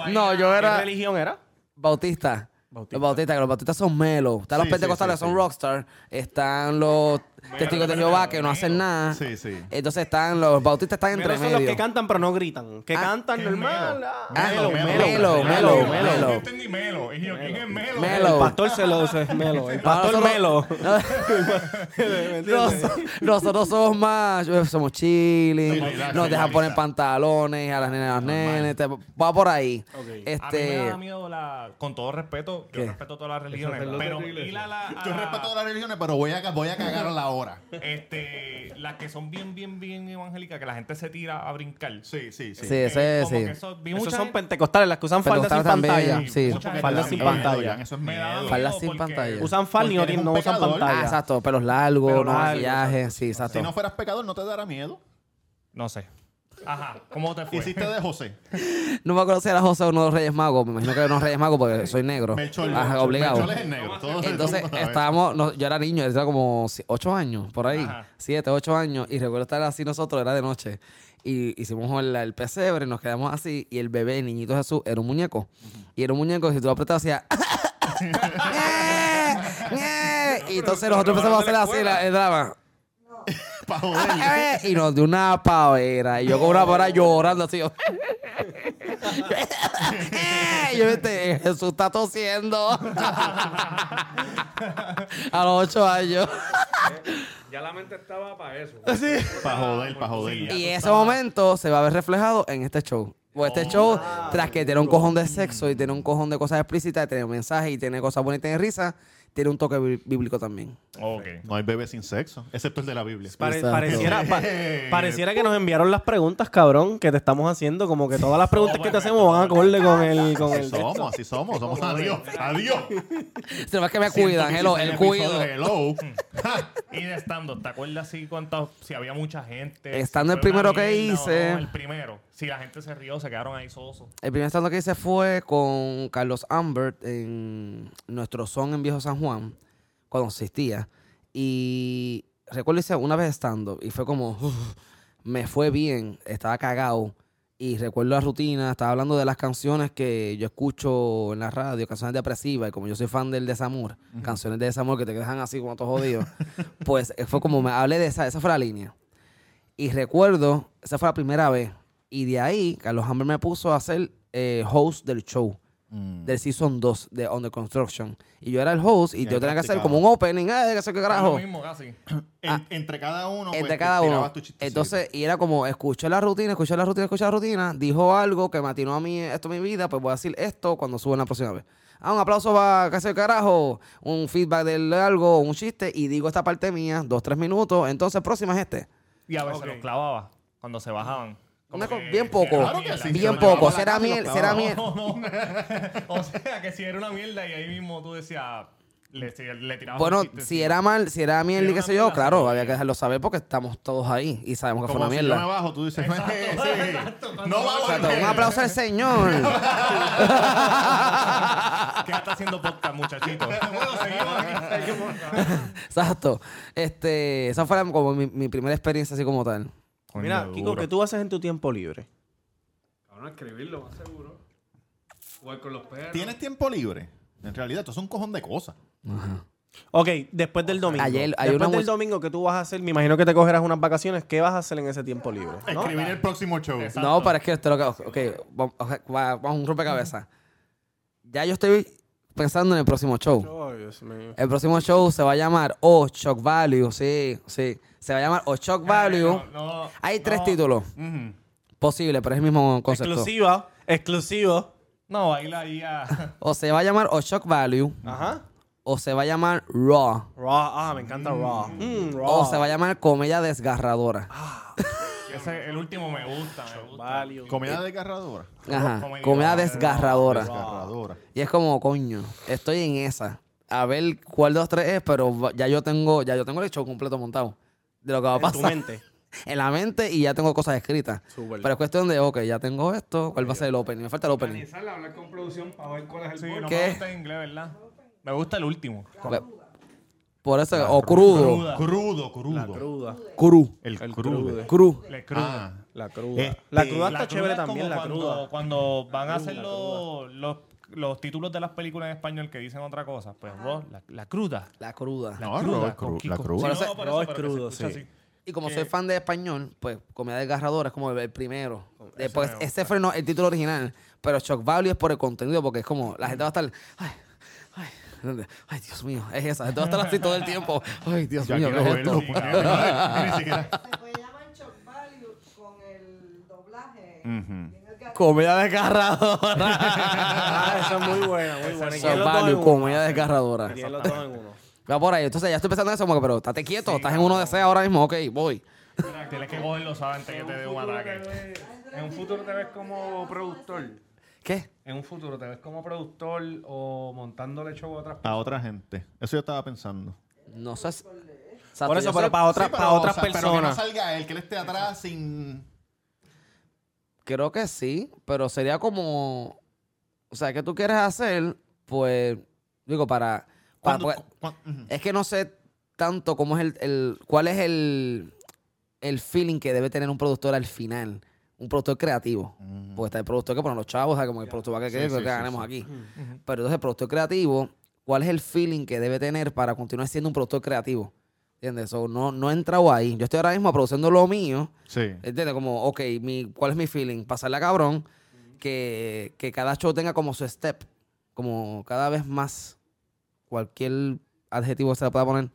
no, yo
¿Qué
era
religión era?
bautista. Los bautistas, que los bautistas son melos. Están los
Sí, sí,
pentecostales,
sí,
son
sí.
rockstar. Están los testigos de Jehová, que no hacen nada.
Sí, sí.
Entonces están los bautistas, están
Pero
entre
son los
medio.
que cantan pero no gritan. Que
Ah,
cantan normal. ah.
Ah,
Melo,
melo, melo,
melo,
Yo
melo.
entendí Melo. Y yo, ¿quién es Melo?
Melo.
El pastor celoso es Melo. El pastor
nosotros-
Melo.
Nos- nosotros somos más, eh, somos chilling,
Sí, relax,
nos dejan
relax.
poner pantalones a las nenas, a los nenes, te- va por ahí.
A mí me
Este,
da miedo la... Con todo respeto, yo
¿Qué?
respeto todas las religiones,
sacerdote
pero
de la iglesia.
ir a la... a
Yo
la-
respeto todas las religiones, pero voy a, voy a cagar a la hora.
Este, las que son bien, bien, bien evangélicas, que la gente se tira a brincar. Eh,
Sí, sí, sí.
sí, ese, sí.
Esos son pentecostales, las que usan faldas sin
Pentecostales también,
pantalla.
sí.
Mucha gente
Faldas
da
sin
miedo,
pantalla.
Eso es
Me da
miedo.
miedo
Faldas sin
porque-
pantalla.
Usan falda y no,
Porque eres
tienen-
un
no usan
pecador.
Ah,
pantalla.
exacto, pelos largos,
Pelos
no
largos,
maquillaje, sí, exacto.
Si no fueras pecador, no te dará miedo.
No sé. Ajá, ¿cómo te fue?
Hiciste de José.
No me acuerdo si era José o uno de los Reyes Magos, me imagino que era uno de los Reyes Magos porque soy negro.
Melchor.
Ah,
Ajá,
Melchor.
obligado.
Melchor es el negro. Todos-
Entonces
todos saben.
estábamos, no, yo era niño, era como 8 años, por ahí,
Ajá.
7, 8 años, y recuerdo estar así nosotros, era de noche, y hicimos el, el pesebre, nos quedamos así, y el bebé, el niñito Jesús, era un muñeco, y era un muñeco, y si tú lo apretabas hacía... ¡Ñe! y entonces nosotros empezamos a hacer así la- el drama.
Pa' joder.
Eh, Y nos dio una pavera. Y yo con una pavera llorando así. Eh, Yo, yo viste, Jesús está tosiendo. A los ocho años.
Ya la mente estaba para eso.
Pa' joder, pa' joder.
Y ese momento se va a ver reflejado en este show. O este show, tras que tiene un cojón de sexo y tiene un cojón de cosas explícitas, y tiene mensajes y tiene cosas bonitas y tiene risa, tiene un toque bí- bíblico también.
Ok.
No hay bebé sin sexo, excepto el de la Biblia.
Pare-
Exacto.
pareciera, pa- pareciera que nos enviaron las preguntas, cabrón, que te estamos haciendo. Como que todas las preguntas que te hacemos van acorde con el. Con
Así
el
somos, así somos, somos adiós, adiós.
Se va que me cuidan, hello, el cuido.
Hello.
Y de estando, ¿te acuerdas si, cuántas, si había mucha gente?
Estando
si
el
fue una
primero que
mierda o
hice.
no, el primero. Si la gente se rió, se quedaron ahí sosos.
El primer estando que hice fue con Carlos Ambert en nuestro son en Viejo San Juan, cuando existía. Y recuerdo hice una vez estando y fue como, "Uf, me fue bien, estaba cagado. Y recuerdo la rutina, estaba hablando de las canciones que yo escucho en la radio, canciones depresivas, y como yo soy fan del desamor, canciones de desamor que te dejan así como todos jodidos, pues eh, fue como me hablé de esa, esa fue la línea. Y recuerdo, esa fue la primera vez. Y de ahí, Carlos Hammer me puso a ser eh, host del show,
Mm.
del season 2 de On the Construction. Y yo era el host y
Y ahí
yo tenía que hacer
practicaba.
como un opening, ah, qué sé qué
Lo
carajo.
mismo casi.
En- entre cada uno. pues,
Ah. Entre
te
cada uno.
tirabas tu chistecito.
Entonces, y era como, escuché la rutina, escuché la rutina, escuché la rutina, dijo algo que me atinó a mí, esto es mi vida, pues voy a decir esto cuando suba la próxima vez. Ah, un aplauso para qué sé qué carajo, un feedback de algo, un chiste, y digo esta parte mía, dos, tres minutos, entonces próxima es este.
Y a veces
Ok.
los clavaba cuando se bajaban. Como
Una co-
que-
bien poco,
Claro que sí,
bien
se lo
poco,
llevaba
será miel, será miel.
No, no. o sea, que si era una mierda y ahí mismo tú decías, le, si- le tirabas
Bueno,
un chiste,
si
sí.
era mal, si era mierda
era
y qué
una
sé yo,
mierda,
claro,
sí.
había que dejarlo saber porque estamos todos ahí y sabemos que fue
Como
una
si yo me
mierda.
bajo, tú dices,
Exacto,
"Eh, sí".
exacto.
No va a
Exacto,
volver.
Un aplauso al señor.
¿Qué está haciendo podcast, muchachito? bueno, seguimos aquí, seguimos.
Exacto. Este, esa fue la- como mi, mi primera experiencia así como tal.
texto. Mira, Kiko, ¿qué tú haces en tu tiempo libre?
Cabrón, escribirlo, más seguro. Jugar con los perros.
Tienes tiempo libre. En realidad, esto es un cojón de cosas.
Ok, después del domingo.
Ayer- hay una
después del
much-
domingo, ¿qué tú vas a hacer? Me imagino que te cogerás unas vacaciones. ¿Qué vas a hacer en ese tiempo libre? ¿No?
Escribir el próximo show.
Exacto.
No, pero es que esto es lo que. Ok, vamos, ok, va- vamos a un rompecabezas. Ya yo estoy pensando en el próximo show.
Ay, Dios mío.
El próximo show se va a llamar O Shock Value. Sí, sí. Se va a llamar O Shock Value.
Ah, No, no,
Hay tres
no.
títulos
Ujú.
posibles, pero es el mismo concepto.
Exclusiva, exclusiva.
No, baila ahí a...
O se va a llamar O Shock Value,
Ajá.
o se va a llamar Raw.
Raw, ah, me encanta Raw. Mm, raw.
O Oh, se va a llamar comedia desgarradora.
Ese, el último me gusta, me gusta.
Value.
Eh,
Comida desgarradora.
Ajá.
comedia
Comedia desgarradora.
desgarradora.
Desgarradora.
Y es como, coño, estoy en esa. A ver cuál de los tres es, pero va- ya yo tengo, ya yo tengo el show completo montado. De lo que va a
En tu
pasar.
mente.
En la mente y ya tengo cosas escritas.
Súper.
Pero es cuestión de, ok, ya tengo esto, ¿cuál va a ser el opening? Me falta el opening.
Organizarla, hablar con producción para ver cuál es el
Sí,
bono.
no
¿Qué?
me gusta en inglés, ¿verdad? Me gusta el último.
Pues, Por eso, o crudo.
Cruda.
Crudo, crudo.
La cruda.
Cru.
El, crudo.
crudo.
Cru.
Le cruda.
Ah,
La cruda.
Este,
la cruda está
La
chévere
cruda es
también,
como
la
cuando,
cruda.
Cuando van a hacer los, los, los títulos de las películas en español que dicen otra cosa, pues Ross, la, la cruda.
La cruda.
La
No, Ross
cruda.
Ah, es
con
cru-
Kiko.
la cruda.
Pero
Sí, no,
ese-
por eso,
Ross es
pero que se
crudo,
escucha
sí.
así.
Y como
que-
soy fan de español, pues Comedia Desgarradora es como el primero. Eh, pues, ese fue no, el título original, pero Shock Value es por el contenido, porque es como la gente va a estar. Ay, ay, ¿dónde? ay, Dios mío, es esa. La gente va a estar así todo el tiempo. Ay, Dios
ya
mío,
quiero
¿qué es esto?
verlo.
pues.
puñeta. Ni siquiera.
Se puede llamar shock value con el doblaje. bien algarabía.
Comedia Desgarradora.
Ah, esa es muy buena, muy buena. Y tiene
Shock
los dos en
Value,
uno.
Comedia Desgarradora.
Tiene los dos en uno.
Va por ahí. Entonces ya estoy pensando en eso, como que, pero estate quieto, estás en uno de seis ahora mismo. Ok, voy.
Tienes que cogerlo, ¿sabes? Antes que te dé un ataque.
En un futuro te ves como productor.
¿Qué?
En un futuro te ves como productor o montándole show a otras
A otra gente. Eso yo estaba pensando.
No sé. si- Exacto,
Por
yo
eso,
sé-
pero para otras,
Sí, pero,
para otras
o sea, pero que no
personas.
salga él, que él esté atrás sin.
Ah, Creo que sí, pero sería como. O sea, ¿qué tú quieres hacer? Pues, digo, para. para-
Cuando-
porque-
cu- cu- ujú.
es que no sé tanto cómo es el. el- cuál es el, el feeling que debe tener un productor al final. Un productor creativo. Porque está el productor que pone los chavos, o sea, como que el productor va a querer que
Sí, sí, sí,
ganemos aquí. Pero entonces el productor creativo, ¿cuál es el feeling que debe tener para continuar siendo un productor creativo? ¿Entiendes? So, no, no he entrado ahí. Yo estoy ahora mismo produciendo lo mío.
Sí.
¿Entiendes? Como, ok, mi, ¿cuál es mi feeling? Pasarla cabrón, que, que cada show tenga como su step, como cada vez más, cualquier adjetivo se le pueda poner,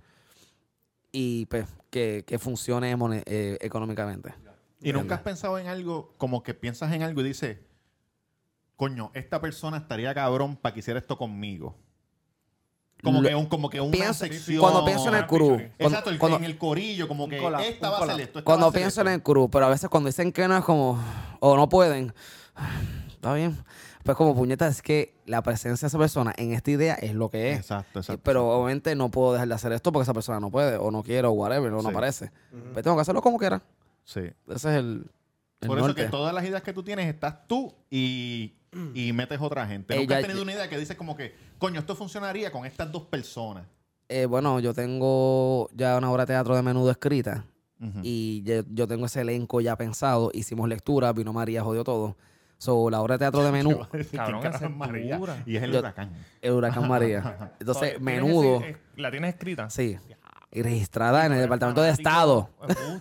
y pues que, que funcione mone- eh, económicamente.
Y
eh,
nunca has pensado en algo, como que piensas en algo y dices, coño, esta persona estaría cabrón para que hiciera esto conmigo. Como
Lo-
que, un, como que una
pienso-
sección.
cuando pienso en el crew.
Exacto,
cuando-
Exacto, el-
cuando-
en el corillo, como que
Un collab,
esta
un
va a ser
collab.
esto. esta va
Cuando
a ser
pienso
esto.
en el crew, pero a veces cuando dicen que no es como, o no pueden, está bien. Pues como puñeta, es que la presencia de esa persona en esta idea es lo que es.
Exacto, exacto.
Pero obviamente no puedo dejar de hacer esto porque esa persona no puede, o no quiere, o whatever, o no
Sí.
aparece. Pero tengo que hacerlo como quiera.
Sí.
Ese es el. el
Por
norte.
eso que todas las ideas que tú tienes estás tú y, y metes otra gente.
Ey,
Nunca has
Eh, ya-
tenido una idea que dices como que, coño, esto funcionaría con estas dos personas.
Eh, bueno, yo tengo ya una obra de teatro de menudo escrita
Ujú.
y yo, yo tengo ese elenco ya pensado. Hicimos lectura, vino María, jodió todo. So, la obra de teatro de menudo,
Cabrón,
Qué
esa es
María.
dura.
Y es el
uh, Yo-
huracán.
el huracán María. Entonces,
¿Tienes
menudo,
ese- eh, ¿La tienes escrita?
sí, y registrada en el Departamento de Estado.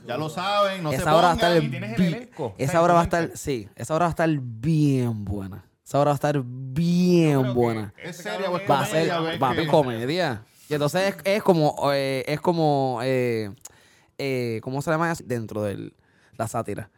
Ya lo saben, no se
Esa obra va a estar
pongan.
Y tienes el
bi-
elenco. O sea,
Esa obra va a
tú
estar, sí, esa obra va a estar bien buena. Esa obra va a estar bien buena.
¿Es seria o es
Va a ser,
comedia, güey,
va a
que-
ser comedia. Y entonces es, es como, eh, es como, eh, eh, ¿cómo se llama? eso? Dentro de la sátira.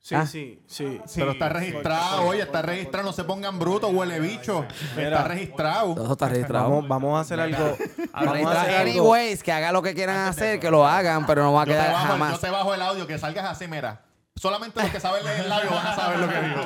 Sí,
Ah.
sí, sí.
Pero está registrado, oye, está registrado, no se pongan brutos, huele bicho. Está
Todo
registrado.
eso está registrado.
Vamos, vamos a hacer algo. Vamos a hacer algo.
Anyways, que haga lo que quieran hacer, que lo hagan, pero no va a
Yo te,
quedar
bajo, el- yo
jamás.
te bajo el audio, que salgas así, mira. Solamente los que saben leer el labio van a saber lo que digo.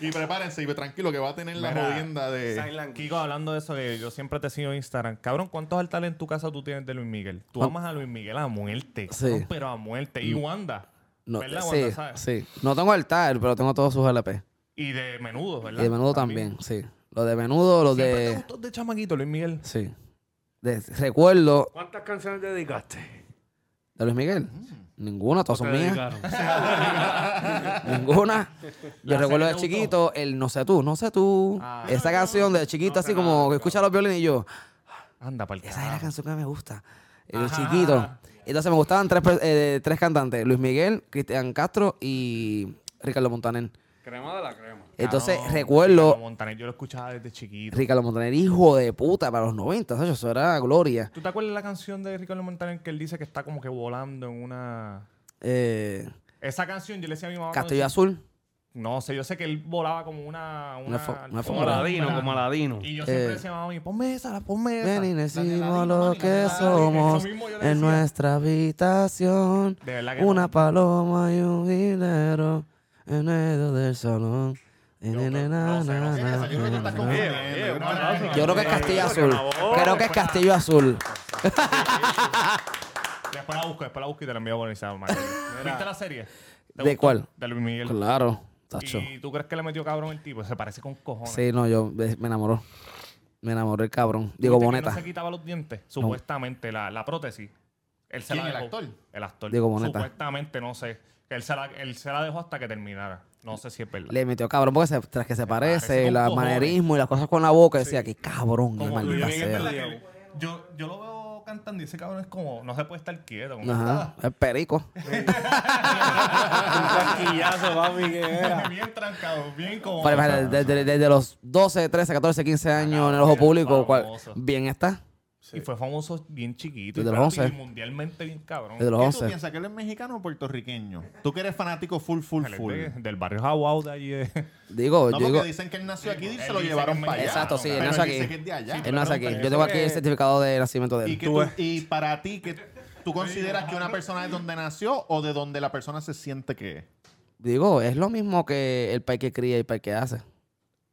Y prepárense, y tranquilo, que va a tener la
Mira,
jodienda
Sign
de...
sabes,
language.
Kiko, hablando de eso, que yo siempre te sigo en Instagram. Cabrón, ¿cuántos altares en tu casa tú tienes de Luis Miguel? Tú amas a Luis Miguel a muerte.
Ah. Sí. Mm.
cabrón, Pero a muerte. Y Wanda.
No,
¿Verdad,
sí,
Wanda? ¿Sabes?
sí. No tengo el tal, pero tengo todos sus LP.
Y de menudo,
Y
¿verdad?
de menudo también, sí. Los de menudo, los
Siempre te
de.
gustó de chamaquito, Luis Miguel.
Sí. De- recuerdo
¿Cuántas canciones dedicaste?
de Luis Miguel. Ninguna, todas son
Te
mías.
dedicaron.
Ninguna. Yo recuerdo de chiquito el No sé tú, no sé tú.
Ah.
Esa canción de chiquito, así como que escucha los violines y yo,
Anda, para el
esa es la canción que me gusta. El chiquito. Entonces me gustaban tres, per- eh, tres cantantes: Luis Miguel, Cristian Castro y Ricardo Montaner.
Crema de la crema. Ah,
Entonces
Cabrón,
recuerdo
Ricardo Montaner, yo lo escuchaba desde chiquito.
Ricardo Montaner, hijo de puta, para los 90, ¿sabes? eso era gloria.
¿Tú te acuerdas la canción de Ricardo Montaner que él dice que está como que volando en una.
Eh,
Esa canción yo le decía a mi mamá.
Castillo
cuando-
Azul.
No sé, yo sé que él volaba como una. Una,
Una fo- una
Como
Fórmula.
Aladino, como Aladino.
Y yo siempre
Eh.
decía, mami, ponme esa, la- ponme esa.
Ven y decimos
Daniela
lo
Dina,
que
Daniela Dina.
somos
Eso mismo yo le
en
decía.
nuestra habitación.
De verdad que
Una
no.
paloma y un dinero en medio del salón.
No sé, no sé, esa, yo creo que estás confundiendo.
Eh, eh,
Yo creo que-
Yo creo que es Castillo Azul.
acabó.
Creo que es Castillo Azul.
Después la busco, después la busco y te la envío por Instagram. Mario. ¿Viste la serie? ¿Te
¿De
gustó?
cuál?
De Luis Miguel.
Claro, tacho.
¿Y tú crees que le metió cabrón el tipo? Se parece con cojones.
Sí, no, yo eh, me enamoró. Me enamoró el cabrón. Diego
¿Viste que
Boneta.
No se quitaba los dientes, supuestamente, la, la prótesis. Él se
¿Quién,
la
el
dejó.
actor?
El actor.
Diego Boneta.
Supuestamente, no sé. Que Él se, la, él se la dejó hasta que terminara. No sé si es verdad.
Le metió cabrón porque se- tras que se
parece
parece,
con
el
cojones.
manerismo y las cosas con la boca. Decía que cabrón, qué
Como
maldita
Luis Miguel,
sea.
¿verdad? Que él- yo, yo lo veo cantando y ese cabrón es como... No se puede estar quieto. como
Ajá, es perico.
Un casquillazo, papi, que era.
está Bien trancado, bien como...
Pero imagínate, desde, desde los 12, 13, 14, 15 años en el ojo público, cual-
famoso.
bien está.
Y fue famoso bien chiquito.
Desde
y
los
papi,
11.
mundialmente bien cabrón.
Desde los
¿Qué tú
11.
piensas? ¿Que él es mexicano o puertorriqueño? Tú que eres fanático full, full,
Él es
full.
de- del barrio Jawau de allí. eh. de-
Digo, yo
No,
digo,
porque dicen que él nació aquí y
Él
se lo
dice
llevaron
que
para allá.
Pues Exacto, sí, él
Pero
nació aquí.
dice que es de allá.
él no es aquí.
pregunta,
Yo tengo aquí el certificado de nacimiento de
¿Y,
él.
que tú- y para ti, que ¿tú consideras que una persona es donde nació o de donde la persona se siente que es?
Digo, es lo mismo que el país que cría y el país que hace.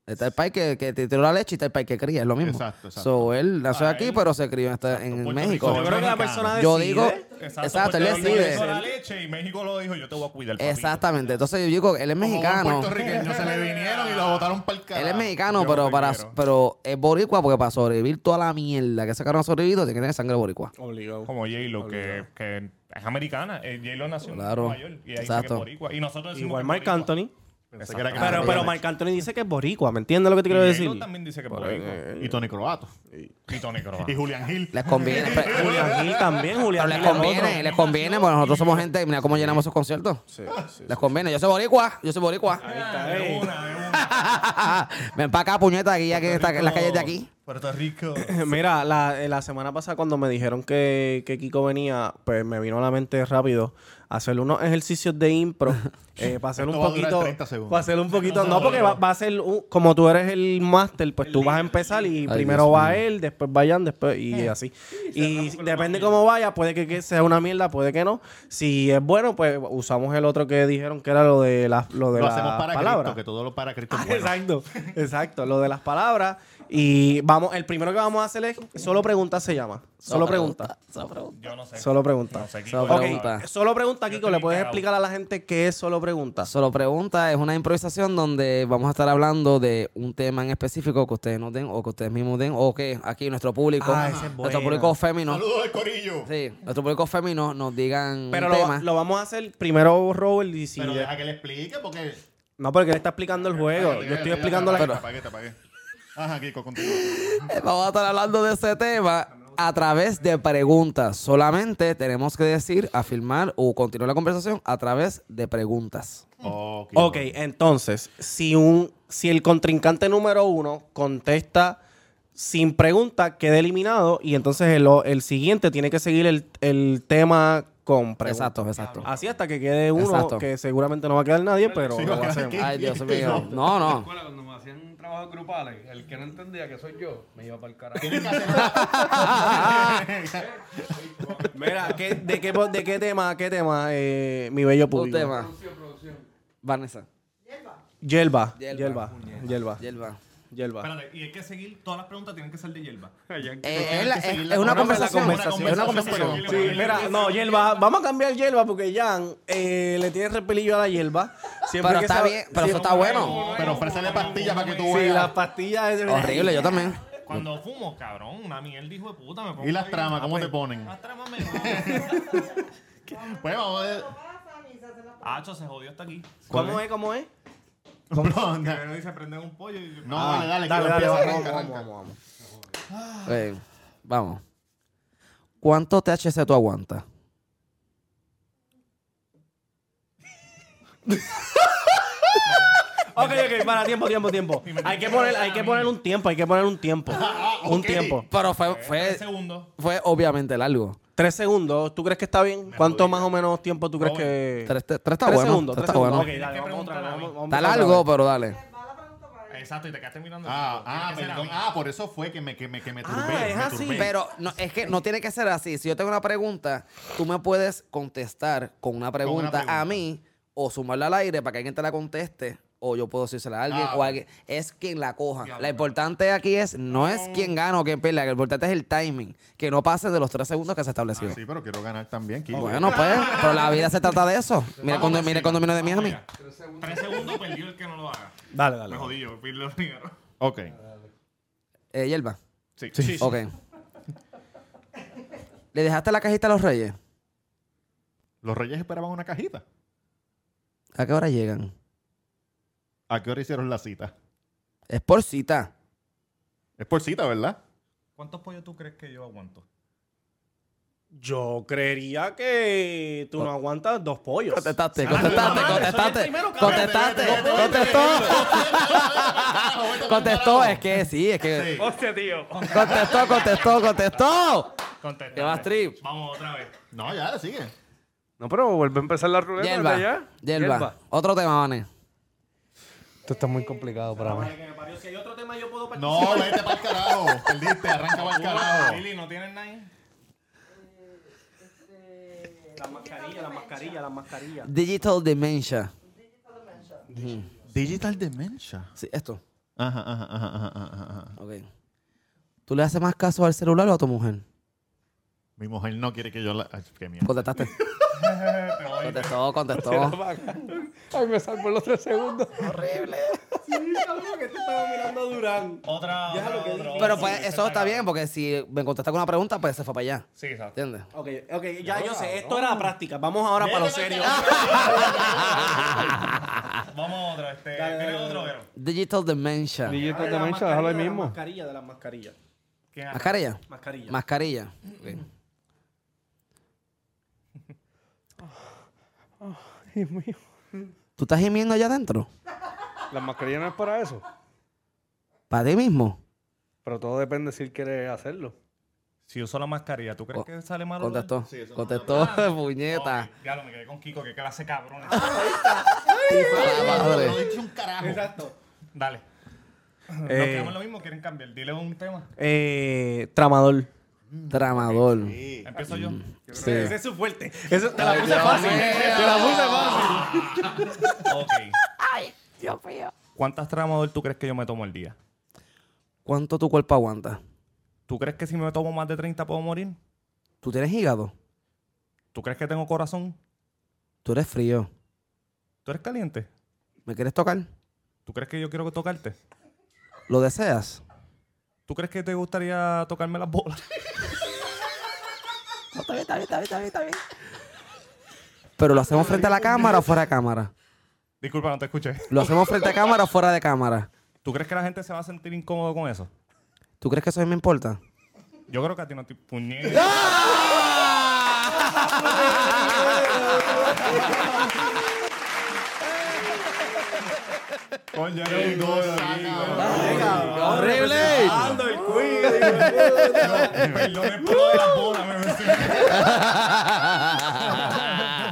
Está el país que, que te tiró la leche y está el país que cría, es lo mismo.
Exacto, exacto.
So, él nació
Ah,
aquí,
él-
pero se crió en, esta- en
Puerto
México.
Rico,
Yo creo que la
Mexicano.
persona
Yo
decide.
digo,
pues,
exacto, él
porque le
decide.
hizo la leche y México lo dijo, yo te voy a cuidar. papito.
Exactamente. Entonces yo digo, él es
Como buen
mexicano.
puertorriqueño se le vinieron y lo botaron para el
Él
carajo.
es mexicano,
Yo
pero
lo
para
quiero.
pero es boricua porque para sobrevivir toda la mierda que sacaron sobrevivido tiene que tener sangre boricua.
Obligado.
Como J-Lo, que, que es americana. Eh, J-Lo nació
Claro.
en Nueva York y ahí dice que es
Exacto.
boricua. Y nosotros decimos
Igual
que es
Marc
boricua.
Anthony.
Pensé que era que-
Pero,
Ah,
pero
bien.
Marc Anthony dice que es boricua, ¿me entiendes lo que te quiero
Y
decir?
J-Lo también dice que es
Por
boricua.
ahí,
Y Tony Croato.
Y Tony Croato.
Y Julián Gil.
Les conviene. pues, pe-
eh. Julián Gil también,
pero
Julián
les
Gil es otro.
conviene, les conviene, porque nosotros somos gente, mira cómo llenamos esos conciertos. Les conviene. Yo soy boricua, yo soy boricua.
Ahí está, eh.
Una de una.
Ven para acá, puñeta, aquí, aquí en, esta- en las calles de aquí.
Puerto Rico.
Mira, la, eh, la semana pasada cuando me dijeron que, que Kiko venía, pues me vino a la mente rápido hacer unos ejercicios de impro eh, para hacer
Esto
un
va a durar
poquito...
30 segundos.
Para hacer un poquito... No, porque va, va a ser... un- como tú eres el máster, pues tú vas a empezar y
Ay,
primero
Dios
va
mío.
él, después vayan, después y así. y depende cómo vaya, puede que, que sea una mierda, puede que no. Si es bueno, pues usamos el otro que dijeron que era lo de las lo de
Lo
las
hacemos para
palabras.
Cristo, que todo lo para Cristo
Ah,
es bueno.
Exacto, exacto, lo de las palabras. Y vamos, el primero que vamos a hacer es solo preguntas se llama. Solo preguntas.
Yo no sé.
Solo preguntas.
No sé, Kiko,
Solo
yo no-
pregunta.
Ok, solo preguntas, Kiko.
Yo estoy
¿Le
bien
puedes
cagao.
explicar a la gente qué es solo preguntas?
Solo pregunta, es una improvisación donde vamos a estar hablando de un tema en específico que ustedes nos den o que ustedes mismos den o que aquí nuestro público,
Ah, esa es
nuestro
buena.
público femenino,
Saludos del corillo.
sí, nuestro público femenino nos digan
Pero
un tema.
lo, lo vamos a hacer primero Robert y si...
Pero deja que le explique porque...
No, porque él está explicando el juego. Yo estoy explicando
la...
la...
Te apagué, te apagué. Ajá, Kiko, continúa.
Eh, Vamos a estar hablando de ese tema a través de preguntas. Solamente tenemos que decir, afirmar o continuar la conversación a través de preguntas.
Oh, Kiko.
Ok, entonces, si, un, si el contrincante número uno contesta sin pregunta, queda eliminado y entonces el, o- el siguiente tiene que seguir el, el tema con preguntas.
Exacto, exacto.
Así hasta que quede uno
Exacto.
que seguramente no va a quedar nadie, pero
Sí,
lo
va a quedar
hacemos.
aquí.
Ay, Dios mío. No,
En la
no.
escuela, cuando me hacían trabajos grupales, el que no entendía que soy yo, me iba para el carajo.
Mira, ¿qué- de, qué, po- ¿de qué tema, qué tema, eh, mi bello
Un
público?
tema. Vanessa.
Yelva,
Yelva.
yelva,
Yelva.
yelva, yelva.
Espérate, y hay que seguir, todas las preguntas tienen que ser de hierba.
Eh, es, la- es- es
la
una
conversación.
conversación.
Una
Es una conversación.
conversación,
Sí, mira, no, yelva, vamos a cambiar yelva porque Jan eh, le tiene repelillo a la yelva. Siempre
Pero
que
está
sabe-
bien, pero eso está bueno.
Pero ofrécele pastillas para que tú
Sí,
veas.
las pastillas es de
Horrible, yo también.
Cuando fumo, cabrón, una mierda, hijo de puta, me pongo
¿Y las
ahí.
tramas? ¿Cómo
Ah,
te
pues,
ponen?
Las tramas me joden.
Pues vamos a ver.
Hacho, se jodió hasta aquí.
¿Cómo es? ¿Cómo es?
Pero dice prenden un pollo y...
No,
Ah,
dale, dale.
dale, dale,
que
vamos,
empieza,
vamos,
arranca,
vamos,
arranca.
vamos.
Eh, vamos. ¿Cuánto THC tú aguantas?
Ok, ok, para, tiempo, tiempo, tiempo. Hay que poner, hay que poner un tiempo, hay que poner un tiempo.
Ah,
Un tiempo.
Pero fue,
Tres
fue,
segundos.
fue obviamente largo.
Tres segundos, ¿tú crees que está bien? ¿Cuánto más o menos tiempo tú crees que...?
Tres, tres- tres está bueno.
segundos,
tres
tres
está bueno.
segundos. Ok, dale,
Tienes que
vamos otra vez,
preguntar a mí.
vamos- vamos
Está
otra
largo,
vez.
pero dale.
Va la pregunta para él.
Exacto, y te quedaste mirando.
Ah, ah,
Tiene que ser
perdón.
a mí.
Ah, por eso fue que me, que me, que me turbé.
Ah, es
me
así.
turbé.
Pero no, es que no tiene que ser así. Si yo tengo una pregunta, tú me puedes contestar con una pregunta,
pregunta.
a mí o sumarla al aire para que alguien te la conteste. O yo puedo decírsela a alguien
Ah,
o a alguien. Es quien la coja. lo importante aquí es, no es quien gana o quien pelea. Lo importante es el timing. Que no pase de los tres segundos que se estableció.
Ah, Sí, pero quiero ganar también, Kiko.
Bueno, pues, pero la vida se trata de eso. Mira, cuando, mira el condominio de Miami.
Mira, Tres segundos perdió el que no lo haga.
Dale,
Me
dale.
jodí yo, fui lo primero.
Ok.
Eh, Yelva.
Sí.
Ok. ¿Le dejaste la cajita a los reyes?
Los reyes esperaban una cajita.
¿A qué hora llegan?
¿A qué hora hicieron la cita?
Es por cita.
Es por cita, ¿verdad?
¿Cuántos pollos tú crees que yo aguanto?
Yo creería que tú no aguantas dos pollos.
Contestaste,
Ah,
contestaste,
madre, soy el
contestaste,
primero, cabrón.
contestaste,
Vete, vete, vete,
contestó,
Ah,
Carajo,
contestó, es que sí, es que
Hostia, tío.
contestó, contestó, contestó.
Contesta.
Te vas, Trip.
Vamos otra vez.
No, ya, dale, sigue.
No, pero vuelve a empezar la ruleta desde
Yelva,
allá.
Yelva, otro tema, Vane.
Esto está muy complicado para mí.
Si hay otro tema, yo puedo
No, vete para el carajo. Perdiste, arranca para el carajo.
Lili, ¿no tienen nadie?
Las mascarillas, las mascarillas, las mascarillas.
Digital dementia.
Digital dementia.
Sí, esto.
Ajá, ajá, ajá, ajá, ajá, ajá.
Ok. ¿Tú le haces más caso al celular o a tu mujer?
Mi mujer no quiere que yo la. Ay, qué mierda.
Contestaste. contestó, contestó.
Ay, me salvo los tres segundos.
que te estaba mirando a Durán.
Otra, otra, otra, otra.
Pero pues eso está bien porque si me contestas con una pregunta, pues se fue para allá.
Sí, exacto.
¿Entiendes?
Ok, ok, ya yo sé, esto era la práctica. Vamos ahora para lo serio.
Vamos otra. Este,
Dale,
¿Tienes
dale,
otro,
dale.
Vero?
Digital dementia.
Digito
De
de
las
mancha, déjalo ahí
mascarillas,
mismo.
De las mascarillas, de
¿Quién gana?
¿Mascarilla?
las mascarillas. Mascarillas.
Mascarilla. Ok.
Oh,
Dios mío.
¿Tú estás gimiendo allá adentro?
Las mascarillas no es para eso.
¿Para ti mismo?
Pero todo depende si él quiere hacerlo.
Si uso la mascarilla, ¿tú crees
Oh,
que sale malo?
Contestó.
Sí, eso no
Contestó,
Ok,
puñeta.
Ya lo me quedé con Kiko, que clase cabrón.
Madre.
No dice un carajo.
Dale. Nos
Eh.
quedamos en lo mismo, quieren cambiar. Dile un tema.
Eh, tramador.
Tramador.
Sí.
Empiezo yo.
Sí.
Ese es su fuerte. Eso te la puse fácil. Te la puse fácil.
Ok. Ay, Dios mío. ¿Cuántas tramador tú crees que yo me tomo al día?
¿Cuánto tu cuerpo aguanta?
¿Tú crees que si me tomo más de 30 puedo morir?
¿Tú tienes hígado?
¿Tú crees que tengo corazón?
¿Tú eres frío?
¿Tú eres caliente?
¿Me quieres tocar?
¿Tú crees que yo quiero tocarte?
¿Lo deseas?
¿Tú crees que te gustaría tocarme las bolas?
¿Pero lo hacemos frente a la cámara o fuera de cámara?
Disculpa, no te escuché.
¿Lo hacemos frente a cámara o fuera de cámara?
¿Tú crees que la gente se va a sentir incómodo con eso?
¿Tú crees que eso a mí me importa?
Yo creo que a ti no te puñeta.
Ah,
Coño, era un gol,
¡Horrible!
Ando el quiz.
Perdón, es por lo de las bolas, me mencioné.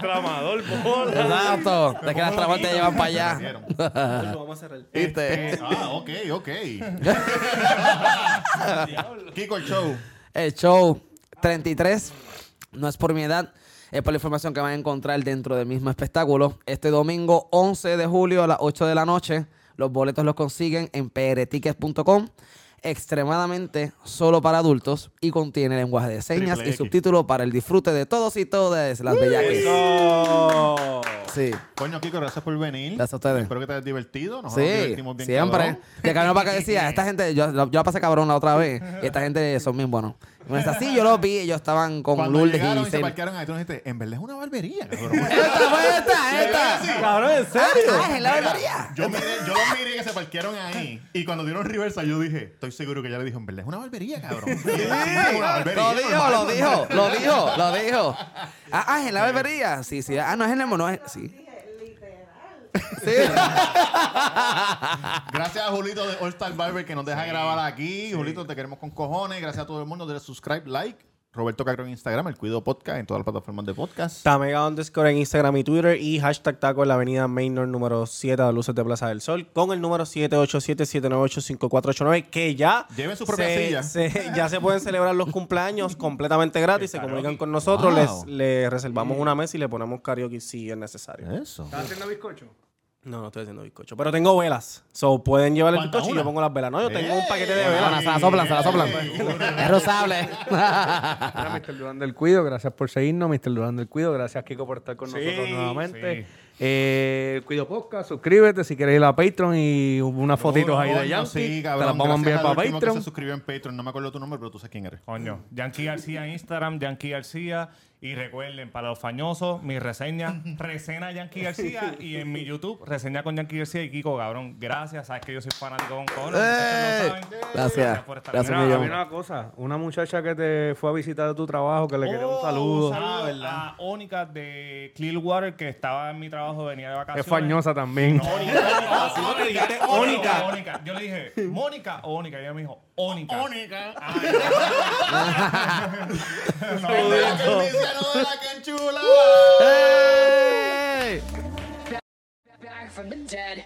Tramador, bola.
Exacto. De que las tramas te llevan para allá.
Dieron.
Vamos a cerrar.
¿Viste?
Ah, ok, ok. Kiko el show.
El show 33 no es por mi edad. Es por la información que van a encontrar dentro del mismo espectáculo. Este domingo 11 de julio a las 8 de la noche. Los boletos los consiguen en prtickets.com. Extremadamente solo para adultos y contiene lenguaje de señas
Triple
y
X.
subtítulos para el disfrute de todos y todas las bellaques. Sí,
Coño, Kiko, gracias por venir.
Gracias a ustedes.
Espero que te hayas divertido. Nosotros nos
sí,
divertimos bien
siempre.
cabrón.
De camino para acá decía, esta gente, yo, yo la pasé cabrón la otra vez, y esta gente son bien buenos. Y me dice, sí, yo los vi, ellos estaban con
Cuando
Lourdes y
llegaron y se
Giselle.
parquearon ahí, tú dijiste, en verdad es una barbería, cabrón.
¡Esta fue esta! ¡Esta!
Cabrón, en serio.
Ah, es la
Mira,
barbería.
Yo, miré, yo los miré que se parquearon ahí. Y cuando dieron reversa, yo dije, estoy seguro que ella le dijo, en verdad es una barbería, cabrón. Sí, una barbería,
Lo dijo,
normal,
lo
normal.
dijo, lo dijo, lo dijo. Ah, ah, es en la barbería. Sí, sí. Ah, no es en el mono. es- Sí.
Dije, literal.
sí.
Gracias a Julito de All Star Barber que nos deja grabar aquí. Julito, te queremos con cojones. Gracias a todo el mundo. Dale subscribe, like. Roberto Cacro en Instagram, el Cuido Podcast, en todas las plataformas de podcast.
Tamega underscore en Instagram y Twitter y hashtag taco en la avenida Mainor número 7 de Luces de Plaza del Sol con el número 787-798-5489 que ya
Lleven su propia
se-
silla.
se- ya se pueden celebrar los cumpleaños completamente gratis se comunican con nosotros
Wow.
les, les reservamos una mesa y le ponemos karaoke si es necesario
Eso.
¿Estás haciendo bizcocho?
no, no estoy haciendo bizcocho pero tengo velas so pueden llevar el
¿Falta
bizcocho y
una?
yo pongo las velas no, yo tengo un paquete de
Bueno,
velas
se la soplan, se la soplan. Es rosable.
Era Mr. Durán del Cuido, gracias por seguirnos, Mr. Durán del Cuido, gracias Kiko por estar con nosotros nuevamente.
sí.
Eh, el Cuido Podcast, suscríbete si quieres ir a Patreon y unas fotitos ahí de Yankee.
Sí,
te
cabrón.
las vamos a enviar
Gracias al
para
último Que
Patreon.
se suscribió en Patreon. No me acuerdo tu nombre, pero tú sabes quién eres.
Coño, Yankee García en Instagram, Yankee García. Y recuerden, para los fañosos, mi reseña, reseña Yankee García. Y en mi YouTube, reseña con Yankee García y Kiko, cabrón. Gracias, sabes que yo soy fanático con cojones.
¡Eh!
ustedes lo saben.
Gracias.
por estar
Gracias,
aquí.
mi
Ah, Mira,
millón.
había una cosa, una muchacha que te fue a visitar de tu trabajo, que le quería un saludo.
Ah, a Ónica de Clearwater, que estaba en mi trabajo, venía de vacaciones.
es fañosa también.
Mónica, Mónica. Mónica. Yo le dije, Mónica o Ónica. Ella me dijo, Ónica.
Mónica.
No,
de la Feliciano de la canchula.
¡Ey!
back from the dead.